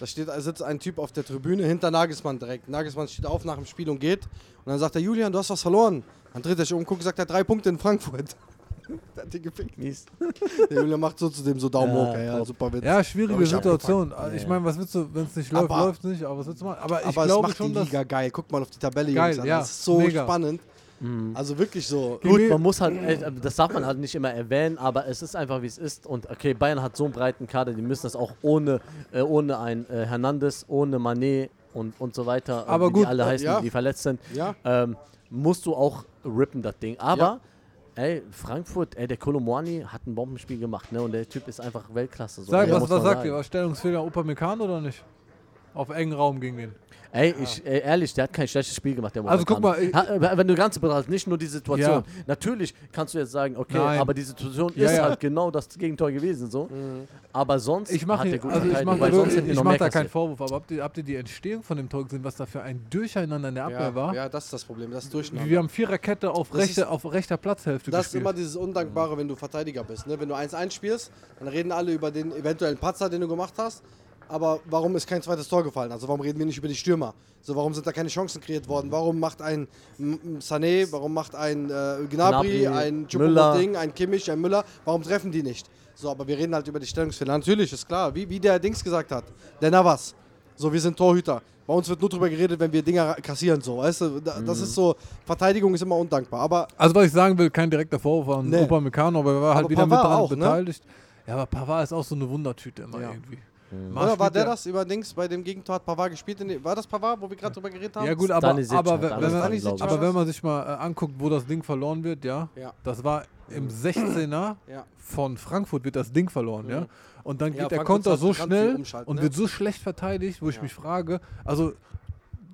C: Da steht, da sitzt ein Typ auf der Tribüne hinter Nagelsmann direkt. Nagelsmann steht auf nach dem Spiel und geht. Und dann sagt er, Julian, du hast was verloren. Dann dreht er sich um und guckt, sagt er, drei Punkte in Frankfurt. der hat den gefickt.
A: Mies.
C: Der Julian macht so zu dem so Daumen
A: Ja,
C: hoch. ey, Ja,
A: top.
C: super Witz.
B: ja, schwierige
C: Hab ich
B: Situation. Also, Ich
A: Ja.
B: meine, was willst du, wenn es nicht läuft,
C: Aber-
B: läuft es nicht, aber was willst du machen? Aber ich
C: Aber es
B: glaube
C: macht
B: schon,
C: die
B: dass.
C: Liga geil. Guckt mal auf die Tabelle,
B: Geil,
C: Jungs. an.
B: ja,
C: Das ist so
B: mega.
C: spannend. Also wirklich so.
B: Gegen
A: Gut,
B: wen-
A: man muss halt, echt, äh, das darf man halt nicht immer erwähnen, aber es ist einfach wie es ist. Und okay, Bayern hat so einen breiten Kader, die müssen das auch ohne, äh, ohne ein äh, Hernandez, ohne Manet und, und so weiter, äh,
B: Aber
A: wie
B: gut,
A: die alle
B: äh,
A: heißen,
C: ja.
A: die verletzt sind,
C: Ja.
A: ähm, musst du auch rippen, das Ding. Aber, ey, Frankfurt, ey, der Kolomwani hat ein Bombenspiel gemacht, ne? Und der Typ ist einfach Weltklasse. So.
B: Sag,
A: Ja,
B: was,
A: muss
B: was
A: man
B: sagt
A: sagen.
B: ihr? War Stellungsfehler Upamecano oder nicht? Auf engen Raum gegen den.
A: Ey, ich, ey, ehrlich, der hat kein schlechtes Spiel gemacht. Der
B: Also guck
A: Mohamed
B: mal, ich-
A: Ali. Ha, äh, wenn du ganz betrachtest, nicht nur die Situation. Natürlich kannst du jetzt sagen, okay,
B: Nein.
A: aber die Situation
B: Ja,
A: ist
B: ja.
A: halt genau das Gegentor gewesen. So.
C: Mhm.
A: Aber sonst
B: Ich mache
A: hat der
B: also
A: gut
B: ich
A: verteidigt,
B: mach,
A: weil sonst
B: wirklich-
A: hätten die
B: ich
A: noch
B: mach
A: mehr
B: da keinen
A: kassiert.
B: Vorwurf, aber habt ihr, habt ihr die Entstehung von dem Tor gesehen, was da für ein Durcheinander in der Abwehr
C: Ja,
B: war?
C: ja, das ist das Problem. Das Durchschnitt.
B: Wir haben Viererkette auf,
C: Das ist-
B: rechte, auf rechter Platzhälfte
C: Das ist
B: gespielt.
C: immer dieses Undankbare, wenn du Verteidiger bist. Ne? Wenn du 1-1 spielst, dann reden alle über den eventuellen Patzer, den du gemacht hast. Aber warum ist kein zweites Tor gefallen? Also warum reden wir nicht über die Stürmer? So, warum sind da keine Chancen kreiert worden? Warum macht ein M- M- Sané, warum macht ein äh, Gnabry,
A: Gnabry,
C: ein
A: Müller.
C: Ding, ein Kimmich, ein Müller? Warum treffen die nicht? So, aber wir reden halt über die Stellungsfehler. Natürlich, ist klar. Wie, wie der Dings gesagt hat, der Navas. So, wir sind Torhüter. Bei uns wird nur drüber geredet, wenn wir Dinger kassieren. So, weißt du, Da-
A: Mhm.
C: das ist so, Verteidigung ist immer undankbar. Aber
B: also was ich sagen will, kein direkter Vorwurf an
C: Nee.
B: Upamecano, aber er war halt
C: Aber
B: wieder mit
C: Pavard
B: daran
C: auch, ne?
B: beteiligt. Ja, aber Pavard ist auch so eine Wundertüte immer
C: Ja.
B: irgendwie.
A: Mhm.
C: Oder war der das über Dings bei dem Gegentor hat Pavard gespielt? In, war das Pavard, wo wir gerade drüber geredet haben?
B: Ja gut, aber,
A: Stanisic
B: aber,
A: hat
B: wenn-
A: alles
B: wenn, man,
A: dran, glaub ich.
B: aber wenn man sich mal äh, anguckt, wo das Ding verloren wird, ja,
C: Ja.
B: das war im 16er
C: Ja.
B: von Frankfurt wird das Ding verloren, ja. Und dann geht
C: Mhm. Ja,
B: der
C: Frankfurt
B: Konter
C: ist
B: so
C: halt bekannt für
B: schnell
C: Umschalten,
B: und
C: ne?
B: wird so schlecht verteidigt, wo ich
C: Ja.
B: mich frage, also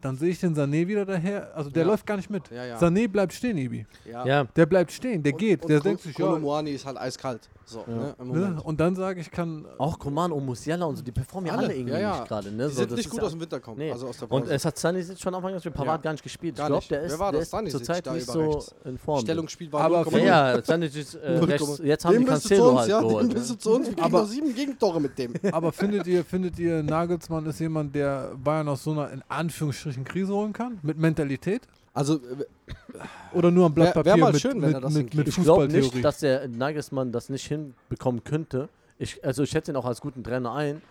B: dann sehe ich den Sané wieder daher, also der
C: Ja.
B: läuft gar nicht mit.
C: Ja, ja.
B: Sané bleibt stehen, Ibi.
C: ja.
A: Ja,
B: Der bleibt stehen, der geht,
C: Und
B: der
C: Kol-
B: denkt sich, ja,
C: Kolo Muani ist halt eiskalt. So, ne, im Moment.
B: Ne? Und dann sage ich, kann.
A: Auch Koman und Musiala und so, die performen ja alle,
C: Alle,
A: irgendwie
C: ja, ja.
A: nicht gerade. Ne?
C: Die
A: so,
C: sind
A: das
C: nicht
A: ist
C: gut
A: ja-
C: aus dem Winter kommen,
A: Nee.
C: also aus der
A: Und
C: Pause.
A: es hat Sunny jetzt schon anfangen, dass wir Pavard
C: Ja.
A: gar nicht gespielt.
C: Gar
A: ich glaube,
C: nicht.
A: der
C: Wer
A: ist,
C: war
A: der
C: das?
A: ist
C: Stanisic
A: zurzeit
C: da
A: nicht
C: über
A: so
C: rechts.
A: in Form.
C: Stellungsspiel war
B: Aber
C: 0,0.
B: fair.
A: Ja, ja, Sunny ist äh,
C: Null
A: rechts.
C: Komma-
A: Jetzt haben die
C: den willst du zu
A: Cancelo
C: uns,
A: halt
C: ja, den
A: geholt.
C: willst du
A: Ne?
C: zu uns. Wir kriegen
B: Aber-
C: noch sieben Gegentore mit dem.
B: Aber findet ihr, findet ihr, Nagelsmann ist jemand, der Bayern aus so einer in Anführungsstrichen Krise holen kann? Mit Mentalität?
C: Also, äh,
B: Oder nur am Blatt
C: Wär- wär
B: Papier
C: mal
B: mit,
C: schön, wenn er
B: mit,
C: das
B: mit, mit
C: hinkriegt.
A: Ich glaube
B: Fußballtheorie?
A: nicht, dass der Nagelsmann das nicht hinbekommen könnte. Ich, also ich schätze ihn auch als guten Trainer ein.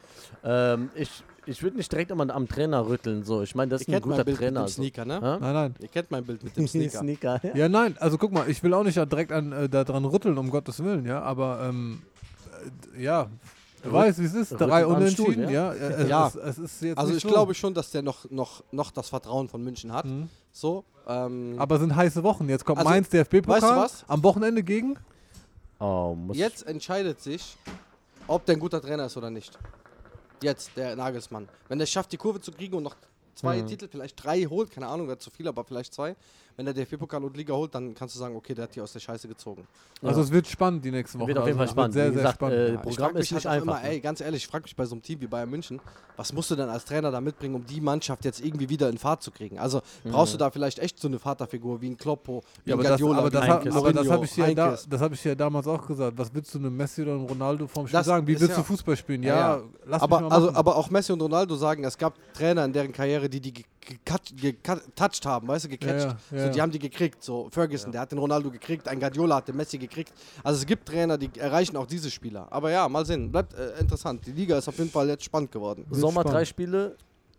A: Ähm, ich ich würde nicht direkt immer am Trainer rütteln. So. Ich meine, das ist
C: ihr
A: ein
C: kennt mein
A: guter
C: Bild mit
A: Trainer.
C: dem
A: so.
C: Sneaker, ne?
A: Hä?
B: nein, nein.
C: Ihr kennt mein Bild mit dem Sneaker.
A: Sneaker, ja.
B: Ja, nein, also guck mal, ich will auch nicht da direkt an, äh, da dran rütteln, um Gottes Willen, ja, aber ähm, äh, d- ja, du
A: Rüt-
B: weißt, wie es ist,
A: rütteln
B: drei
A: am
B: Unentschieden,
A: Stuhl,
B: ja, äh, es,
C: Ja.
B: Ist, es ist jetzt
C: Also
B: nicht
C: ich
B: so.
C: glaube schon, dass der noch, noch, noch das Vertrauen von München hat.
B: Mhm.
C: So, ähm,
B: Aber es sind heiße Wochen, jetzt kommt
C: Also,
B: Mainz, DFB-Pokal,
C: weißt du was?
B: am Wochenende gegen,
A: Oh, muss
C: jetzt entscheidet sich, ob der ein guter Trainer ist oder nicht. Jetzt, der Nagelsmann. Wenn der es schafft, die Kurve zu kriegen und noch zwei
B: Mhm.
C: Titel, vielleicht drei holt, keine Ahnung, wäre zu viel, aber vielleicht zwei. Wenn der DFB-Pokal und Liga holt, dann kannst du sagen, okay, der hat die aus der Scheiße gezogen.
B: also es wird spannend die nächsten Wochen.
A: Wird auf jeden
B: also,
A: Fall spannend.
B: es Wird
A: Wie
B: sehr, sehr
A: gesagt,
B: spannend.
A: äh,
C: Ja, ich
A: Programm
C: frag mich
A: ist nicht
C: halt auch
A: einfach.
B: ne?
C: Immer, ey, ganz ehrlich, ich frage mich bei so einem Team wie Bayern München, was musst du denn als Trainer da mitbringen, um die Mannschaft jetzt irgendwie wieder in Fahrt zu kriegen? Also brauchst du da vielleicht echt so eine Vaterfigur wie ein Kloppo, wie
B: Mhm. Ja,
C: ein
B: aber das,
C: Guardiola,
B: aber
C: wie
B: das,
C: ein
A: Heinkes.
B: hab- aber das
C: Mourinho,
B: habe ich, dir da,
C: Heinkes.
B: das hab ich dir damals auch gesagt. Was willst du einem Messi oder einem Ronaldo vom Spiel
C: Das
B: sagen? Wie
C: ist
B: willst
C: ja-
B: du Fußball spielen?
C: Ja,
B: Ja,
C: ja.
B: lass mich mal
C: aber, also,
B: machen.
C: aber auch Messi und Ronaldo sagen, es gab Trainer in deren Karriere, die die ge- gekat- gecatcht haben, weißt du, gecatcht.
B: Ja, ja,
C: so,
B: ja,
C: die
B: ja.
C: haben die gekriegt. So Ferguson, der hat den Ronaldo gekriegt, ein Guardiola hat den Messi gekriegt. Also es gibt Trainer, die erreichen auch diese Spieler. Aber ja, mal sehen. Bleibt äh, interessant. Die Liga ist auf jeden Fall jetzt spannend geworden.
A: Sommer drei
B: spannend.
A: Spiele,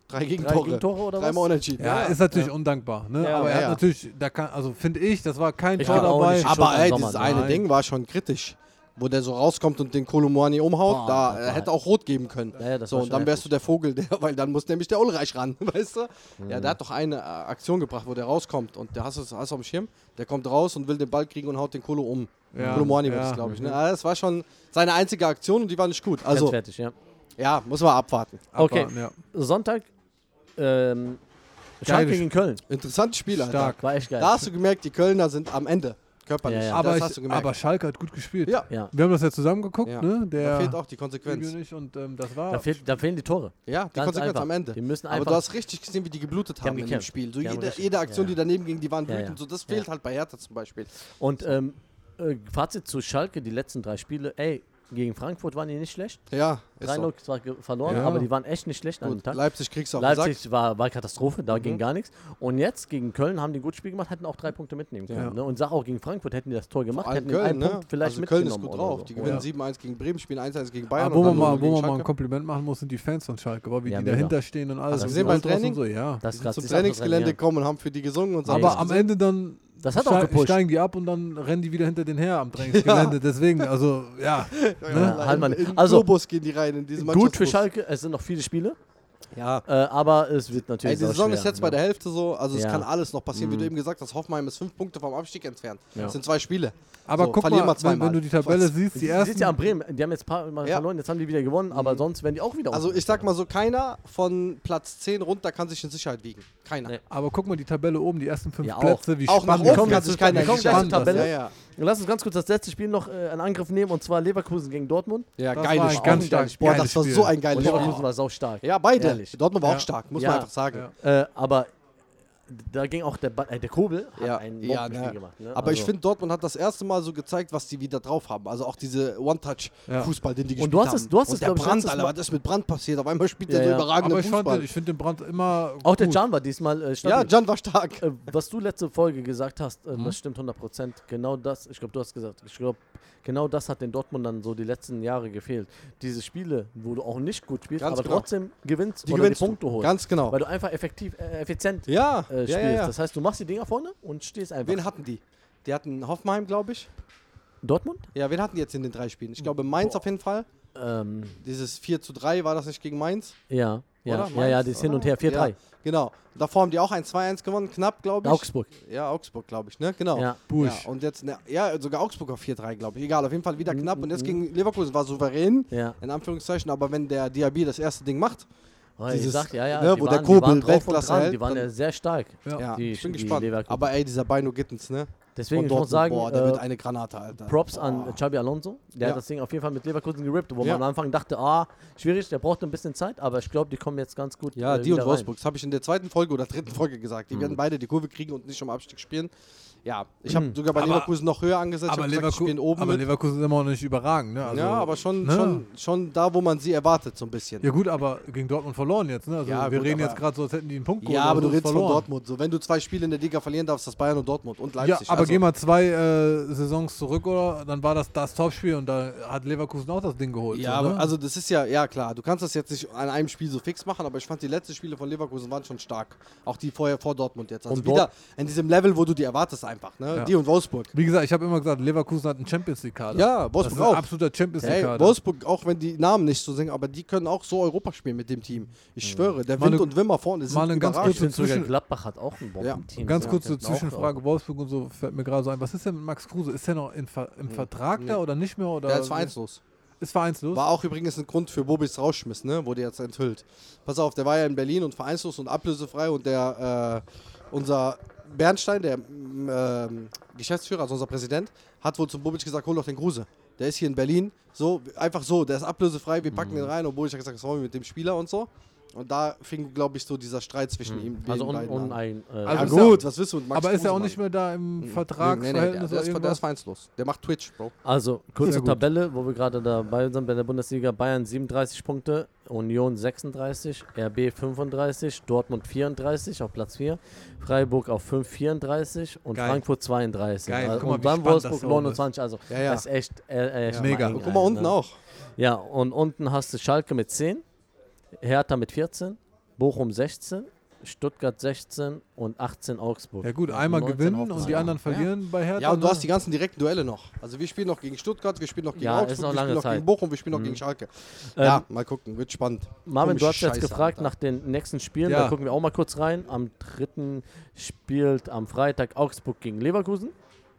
C: Drei
A: drei
C: Gegentore.
A: Gegentore oder was?
C: Dreimal unentschieden.
B: ja, ist natürlich undankbar. Ne?
A: Ja,
B: aber er
C: ja.
B: hat natürlich, da kann, also finde ich, das war kein
A: Ich
B: Tor
A: kann auch
B: dabei.
A: nicht-
C: Aber
A: schon
C: ey,
A: im
C: dieses
A: Sommer,
C: eine
B: nein.
C: Ding war schon kritisch. Wo der so rauskommt und den Kolumani
A: Boah,
C: umhaut, da
A: das
C: äh,
A: war
C: hätte auch rot geben können.
A: Ja, ja, das
C: so,
A: war
C: und
A: schon
C: dann wärst
A: heftig.
C: du der Vogel, der, weil dann muss nämlich der Ulreich ran, weißt du? Ja,
A: Mhm.
C: der hat doch eine äh, Aktion gebracht, wo der rauskommt und der hast du hast du auf dem Schirm, der kommt raus und will den Ball kriegen und haut den Kolo um.
B: Ja,
C: Kolumani
B: ja.
C: war das, glaube ich. Ne?
A: mhm.
C: Ah, Das war schon seine einzige Aktion und die war nicht gut.
A: Ganz
C: Also,
A: fertig, ja.
C: ja, muss man abwarten.
A: Okay.
B: Abwarten, ja.
A: Sonntag, ähm,
B: Geile
A: Schalke gegen Köln.
C: Interessantes Spiel, Alter.
B: Stark.
A: War echt geil.
C: Da hast du gemerkt, die Kölner sind am Ende. Körperlich.
A: Ja, ja.
B: aber,
C: das
B: ich,
C: hast du gemerkt.
B: aber Schalke hat gut gespielt.
C: ja,
A: ja.
B: Wir haben das ja zusammen geguckt,
C: Ja.
B: ne? Der
C: da fehlt auch die Konsequenz.
B: Jürgen und ähm, das war.
A: Da, fehlt, da fehlen die Tore.
C: Ja, die
A: Ganz
C: Konsequenz
A: einfach.
C: am Ende.
A: Die müssen
C: Aber
A: einfach-
C: du hast richtig gesehen, wie die geblutet haben,
A: haben
C: in dem
A: gekämpft.
C: Spiel. So
A: Die haben
C: jede,
A: richtig-
C: jede Aktion,
A: ja,
C: die daneben ging, die waren
A: Ja,
C: wütend.
A: ja.
C: So, das
A: Ja.
C: fehlt halt bei Hertha zum Beispiel.
A: Und ähm, äh, Fazit zu Schalke, die letzten drei Spiele, ey, gegen Frankfurt waren die nicht schlecht.
C: Ja, ist
A: 3-0 zwar ge- verloren,
B: Ja.
A: aber die waren echt nicht schlecht
C: so.
A: an dem
C: Gut,
A: Tag.
C: Leipzig kriegst du auch gesagt. Mhm.
A: Leipzig war, war Katastrophe, da ging gar nichts. Und jetzt gegen Köln haben die ein gutes Spiel gemacht, hätten auch drei Punkte mitnehmen können.
B: Ja.
A: Ne? Und sag auch gegen Frankfurt hätten die das Tor gemacht, hätten den einen Punkt vielleicht
C: also Köln ist
A: mitgenommen.
C: gut
A: oder
C: drauf.
A: So.
C: Die gewinnen
B: Ja.
C: 7-1 gegen Bremen, spielen 1-1 gegen Bayern.
B: aber Ah, wo
C: und
B: man,
C: dann
B: mal,
C: gegen
B: wo man mal ein
C: Schalke.
B: Kompliment machen muss, sind die Fans von Schalke, boah, wie
A: Ja,
B: die
A: mega.
B: dahinter stehen und alles.
C: Hast du
B: und
C: gesehen
B: die
C: beim
B: Ultras und
C: Training?
B: So, ja.
A: Das ist
C: Die sind
A: krass,
C: zum
A: die Sachen
C: Trainingsgelände
A: trainieren.
C: gekommen und haben für die gesungen und so.
A: Ja,
B: Aber
A: das
B: am Ende dann
A: Das hat auch
B: stei-
A: gepusht.
B: steigen die ab und dann rennen die wieder hinter den her am Trainingsgelände. Deswegen, also ja, ne?
A: halt mal-
C: in
A: also-
C: Globus gehen die rein in diesem
A: Gut für Schalke, es sind noch viele Spiele,
C: Ja.
A: äh, aber es wird natürlich.
C: Ey, die
A: sau
C: Saison
A: schwer,
C: ist jetzt
A: ne?
C: bei der Hälfte so, also es
A: Ja.
C: kann alles noch passieren, wie du eben gesagt hast. Hoffenheim ist fünf Punkte vom Abstieg entfernt. Das sind zwei Spiele.
B: Aber
C: so,
B: guck
C: verlieren
B: mal,
C: wir
B: wenn,
C: zweimal.
B: wenn du die Tabelle
C: Trotz-
B: siehst,
A: ne? Die
B: die
A: sind
B: ersten.
A: ja am Bremen, die haben jetzt ein paar Mal
C: Ja.
A: verloren, jetzt haben die wieder gewonnen, aber sonst wären die auch wieder
C: Also
A: unten.
C: ich sag mal so, keiner von Platz 10 runter kann sich in Sicherheit wiegen. Keiner.
A: Nee.
B: Aber guck mal, die Tabelle oben, die ersten fünf
A: Ja, auch.
B: Plätze, wie
C: Auch nach
B: spannend das
C: oben kann
B: ist.
C: sich keiner
B: Wie
A: kommen gleich
B: spannend
A: zur
B: das ist.
A: Tabelle.
C: Ja, ja.
A: Lass uns ganz kurz das letzte Spiel noch äh, in Angriff nehmen und zwar Leverkusen gegen Dortmund.
C: ja
B: Das
C: geiles
B: war ein
C: Spiel.
B: ganz starkes
C: Boah,
B: geiles
C: das war
B: Spiel.
C: so ein geiles
A: Und Leverkusen
C: Spiel.
A: war saustark.
C: Ja, beide.
A: Ehrlich.
C: Dortmund war
B: Ja.
C: auch stark, muss
A: Ja.
C: man einfach sagen.
B: Ja.
A: Äh, aber da ging auch der, ba äh, der Kobel hat
C: Ja,
A: ein
C: ja,
A: Bombenspiel
C: ne.
A: gemacht. Ne?
C: Aber ich finde, Dortmund hat das erste Mal so gezeigt, was die wieder drauf haben. Also auch diese One-Touch-Fußball, den die
A: Und
C: gespielt
A: du hast
C: haben.
A: es- du hast
C: Und
A: es,
C: der
A: glaub ich,
C: Brand,
A: letztes
C: Alter,
A: Mal-
C: was ist mit Brand passiert? Auf einmal spielt
A: Ja,
C: der so
A: ja.
C: überragenden
B: Aber ich fand,
C: Fußball.
B: den- ich finde den Brand immer.
A: auch der
B: gut.
A: Can war diesmal äh,
C: ja, Hm?
A: stabil.
C: Jan war stark.
A: äh, was du letzte Folge gesagt hast, äh, das stimmt 100%. Genau das, ich glaube, du hast gesagt, ich glaube, genau das hat den Dortmundern so die letzten Jahre gefehlt. Diese Spiele, wo du auch nicht gut spielst,
C: Ganz
A: aber
C: genau.
A: trotzdem gewinnst
C: Die
A: oder
C: gewinnst
A: die Punkte
C: du.
A: holst.
C: Ganz genau.
A: Weil du einfach effektiv, äh, effizient
C: Ja,
A: äh, spielst.
C: ja, ja, ja.
A: Das heißt, du machst die Dinger vorne und stehst einfach.
C: Wen hatten die? Die hatten Hoffenheim, glaube ich.
A: Dortmund?
C: Ja, wen hatten die jetzt in den drei Spielen?
A: Hm.
C: Ich glaube, Mainz auf jeden Fall.
A: Ähm,
C: Dieses 4 zu 3 war das nicht gegen Mainz?
A: ja, ja,
C: Oder?
A: ja, ja,
C: Mainz,
A: das hin
C: oder?
A: und her, 4-3.
C: Ja, genau. Davor haben die auch ein 2-1 gewonnen, knapp, glaube ich.
A: Augsburg.
C: Ja, Augsburg, glaube ich, ne? Genau.
A: Ja.
B: Busch.
C: Ja, und jetzt, ne, ja, sogar Augsburg auf 4-3, glaube ich. Egal, auf jeden Fall wieder
A: Mhm,
C: knapp. Und jetzt
A: mhm.
C: gegen Leverkusen war souverän,
A: Ja.
C: in Anführungszeichen. Aber wenn der Diaby das erste Ding macht,
A: Oh, ich
C: Dieses,
A: sag, ja, ja,
C: ne,
A: die
C: wo
A: waren,
C: der Kobel
A: die waren drauf und
C: Weltklasse
A: dran,
C: hält,
A: die waren
C: dann-
A: ja sehr stark.
B: Ja.
C: ja,
A: Die-
C: ich bin
A: die
C: gespannt.
A: Leverkusen.
C: Aber ey, dieser Bino Gittens, ne?
A: Deswegen, ich muss
C: Dortmund,
A: sagen,
C: boah, der wird
A: äh,
C: eine Granate, Alter.
A: Props an Xabi Alonso. Der
C: Ja.
A: hat das Ding auf jeden Fall mit Leverkusen gerippt, wo
C: Ja.
A: man am Anfang dachte, ah, schwierig, der braucht ein bisschen Zeit, aber ich glaube, die kommen jetzt ganz gut.
C: Ja,
A: äh,
C: die und
A: wieder rein.
C: Wolfsburg. Das habe ich in der zweiten Folge oder dritten Folge gesagt. Die werden beide die Kurve kriegen und nicht um Abstieg spielen. Ja, ich habe sogar bei
B: Aber-
C: Leverkusen noch höher angesetzt.
B: Aber,
C: ich hab gesagt, die
B: Leverku
C: spielen oben
B: aber
C: mit.
B: Leverkusen ist immer noch nicht überragend. Ne? Also,
C: ja, aber schon,
B: ne?
C: schon, schon da, wo man sie erwartet, so ein bisschen.
B: Ja gut, aber gegen Dortmund verloren jetzt. Ne? Also
C: Ja,
B: wir
C: gut,
B: reden
C: aber-
B: jetzt gerade so, als hätten die einen Punkt geholt,
C: Ja, aber du
B: so
C: redest
B: verloren.
C: von Dortmund. So, wenn du zwei Spiele in der Liga verlieren darfst, das Bayern und Dortmund und
B: Ja,
C: Leipzig.
B: aber
C: also,
B: geh mal zwei äh, Saisons zurück, oder? Dann war das das Topspiel und da hat Leverkusen auch das Ding geholt.
C: Ja,
B: so,
C: aber
B: ne?
C: also das ist ja, ja klar, du kannst das jetzt nicht an einem Spiel so fix machen, aber ich fand die letzten Spiele von Leverkusen waren schon stark. Auch die vorher vor Dortmund jetzt. Also
A: Und
C: wieder
A: Dort-
C: in diesem Level, wo du die erwartest einfach, ne?
B: Ja.
C: Die und Wolfsburg.
B: Wie gesagt, ich habe immer gesagt, Leverkusen hat einen Champions League-Kader.
C: Ja,
B: das ist
C: Wolfsburg
B: ein
C: auch.
B: absoluter Champions
C: Hey,
B: League-Kader.
C: Wolfsburg, auch wenn die Namen nicht so singen, aber die können auch so Europa spielen mit dem Team. Ich schwöre, der
B: Mal
C: Wind
B: ne-
C: und Wimmer vorne sind
B: mal ne ganz
A: Ich
C: überragend.
B: kurze-
A: finde sogar,
B: Zwischen-
A: Gladbach hat auch ein Bombenteam.
B: Ganz
A: Ja,
B: kurze
A: könnten auch äh,
B: Zwischenfrage, Wolfsburg und so fällt mir gerade so ein. Was ist denn mit Max Kruse? Ist der noch in, Ver- im Vertrag da oder nicht mehr? Oder
C: Hm. Der ist vereinslos.
B: Ist vereinslos?
C: War auch übrigens ein Grund für Bobis Rausschmiss, ne? Wurde jetzt enthüllt. Pass auf, der war ja in Berlin und vereinslos und ablösefrei und der, äh, unser Bernstein, der m, ähm, Geschäftsführer, also unser Präsident, hat wohl zum Bobic gesagt, hol doch den Kruse. Der ist hier in Berlin, so, einfach so, der ist ablösefrei, wir
B: Mhm.
C: packen den rein, obwohl ich ja gesagt habe, was wollen wir mit dem Spieler und so. Und da fing, glaube ich, so dieser Streit zwischen
B: Mhm.
C: ihm
A: auch. Also
C: beiden
A: un,
C: beiden an.
A: un, ein, äh,
B: Also-
C: Ja,
B: ist
C: gut,
B: ja-
C: was willst du mit Max
B: aber ist er auch
C: Kruse
B: nicht
C: machen?
B: mehr da im
C: Nee, nee, nee, der,
B: Vertragsverhältnis
C: der, ist,
B: oder
C: der ist
B: irgendwas?
C: vereinslos. Der macht Twitch, Bro.
A: Also, kurze
B: Sehr gut.
A: Tabelle, wo wir gerade dabei sind bei der Bundesliga. Bayern 37 Punkte, Union 36, RB 35, Dortmund 34 auf Platz 4, Freiburg auf 5, 34 und
B: Geil.
A: Frankfurt 32.
B: Geil,
A: Also,
B: guck mal,
A: und
B: wie
A: dann
B: spannend
A: Wolfsburg
B: das auch
A: 29. Also,
C: Ja, ja.
A: das ist echt, äh, echt
B: Ja. Mega.
A: mein
C: Und guck mal
A: Geil,
C: unten
A: ne?
C: auch.
A: Ja, und unten hast du Schalke mit 10, Hertha mit 14, Bochum 16, Stuttgart 16 und 18 Augsburg.
B: Ja gut, einmal
A: 19
B: gewinnen und
A: Hoffenheim.
B: die anderen verlieren bei Hertha.
C: Ja, und du
B: ne?
C: hast die ganzen direkten Duelle noch. Also wir spielen noch gegen Stuttgart, wir spielen noch gegen
A: Ja, ist
C: Augsburg,
A: noch
C: wir
A: lange
C: spielen noch
A: Zeit.
C: gegen Bochum, wir spielen noch gegen Schalke. ja, mal gucken, wird spannend.
A: Marvin, du
C: Komische
A: hast jetzt
C: Scheiße,
A: gefragt
C: Alter.
A: nach den nächsten Spielen.
B: Ja.
A: Da gucken wir auch mal kurz rein. Am dritten spielt am Freitag Augsburg gegen Leverkusen.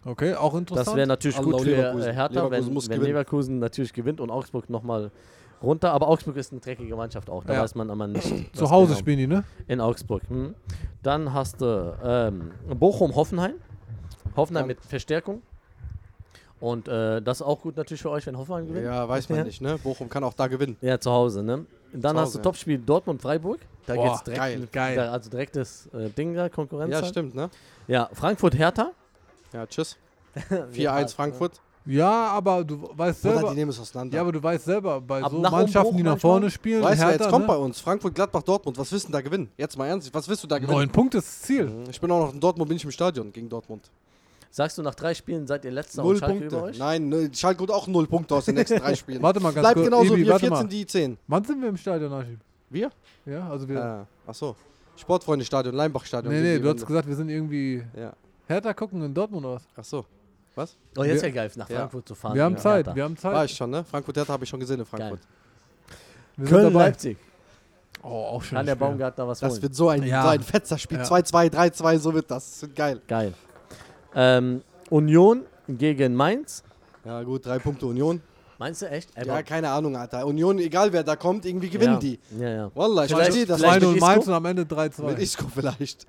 B: Okay, auch interessant.
A: Das wäre natürlich
C: Allah,
A: gut für
C: Leverkusen.
A: äh, Hertha,
C: Leverkusen
A: wenn,
C: muss
A: wenn
C: gewinnen.
A: Leverkusen natürlich gewinnt und Augsburg nochmal runter. Aber Augsburg ist eine dreckige Mannschaft auch. Da
B: Ja.
A: weiß man aber nicht.
B: Zu
A: was
B: Hause
A: genau.
B: spielen die, ne?
A: In Augsburg. Hm. Dann hast du ähm, Bochum-Hoffenheim. Hoffenheim
C: Dann-
A: mit Verstärkung. Und äh, das ist auch gut natürlich für euch, wenn Hoffenheim gewinnt.
C: Ja, weiß man
A: Ja.
C: nicht, ne? Bochum kann auch da gewinnen.
A: Ja, zu Hause, ne? Dann
C: Zu
A: hast
C: Hause,
A: du
C: ja.
A: Topspiel Dortmund-Freiburg. Da
B: Boah,
A: geht's direkt.
C: geil,
A: mit-
B: geil.
A: Da, also direktes äh, Ding da, Konkurrenz.
C: Ja,
A: halt.
C: stimmt, ne?
A: Ja, Frankfurt-Hertha.
C: Ja, tschüss. 4-1 Frankfurt.
B: Ja, aber du weißt
C: Oder die
B: selber.
C: nehmen es auseinander.
B: Ja, aber du weißt selber, bei
A: Ab
B: so
A: nach
B: Mannschaften,
A: Umbruch
B: die nach
A: manchmal.
B: vorne spielen,
C: weißt du,
B: Hertha,
C: jetzt kommt bei
B: ne?
C: uns Frankfurt, Gladbach, Dortmund. Was willst du denn da gewinnen? Jetzt mal ernsthaft, was willst du da gewinnen?
B: neun Punkte ist das Ziel.
C: Ich bin auch noch in Dortmund, bin ich im Stadion gegen Dortmund.
A: Sagst du, nach drei Spielen seid ihr letzter
C: null
A: und Schalke
C: Punkte.
A: über euch?
C: Nein, ne, Schalke holt auch null Punkte aus den nächsten drei Spielen.
B: Warte mal ganz
C: Bleibt
B: kurz.
C: genauso
B: Ebi,
C: wie wir
B: warte
C: 14,
B: mal.
C: die 10.
B: Wann sind wir im Stadion, Archie?
C: Wir?
B: Ja, also wir.
C: Ja. Achso. Sportfreunde-Stadion, Leimbach-Stadion.
B: nee,
C: gegen
B: nee,
C: die
B: du hast
C: Wende.
B: gesagt, wir sind irgendwie
C: Ja.
B: Hertha gucken in Dortmund oder was?
C: Ach so. Was?
A: Oh, jetzt
B: Wir-
A: wäre geil, nach
C: Ja.
A: Frankfurt zu fahren.
B: wir haben
A: gegen
B: Zeit,
A: Hertha.
B: wir haben
C: War
B: Zeit.
C: ich schon, ne? Frankfurt Hertha habe ich schon gesehen in Frankfurt.
B: Wir sind dabei.
A: Köln-Leipzig.
B: Oh, auch schön.
A: Kann der Baumgartner was
C: Das
A: holen?
C: wird so ein,
B: Ja.
C: so ein fetzer Spiel.
B: Ja.
C: 2-2, 3-2, so wird das. Das wird geil.
A: Geil. Ähm, Union gegen Mainz.
C: Ja, gut, drei Punkte Union.
A: Meinst du echt?
C: Ja, keine Ahnung, Alter. Union, egal wer da kommt, irgendwie gewinnen
A: ja.
C: die.
A: Ja, ja.
C: Wallah, ich
A: Vielleicht-
C: verstehe das.
A: vielleicht-
C: Vielleicht
B: 2-0
A: mit
B: Mainz
A: Isco?
B: und am Ende
C: mit
B: 3-2.
C: Isco vielleicht.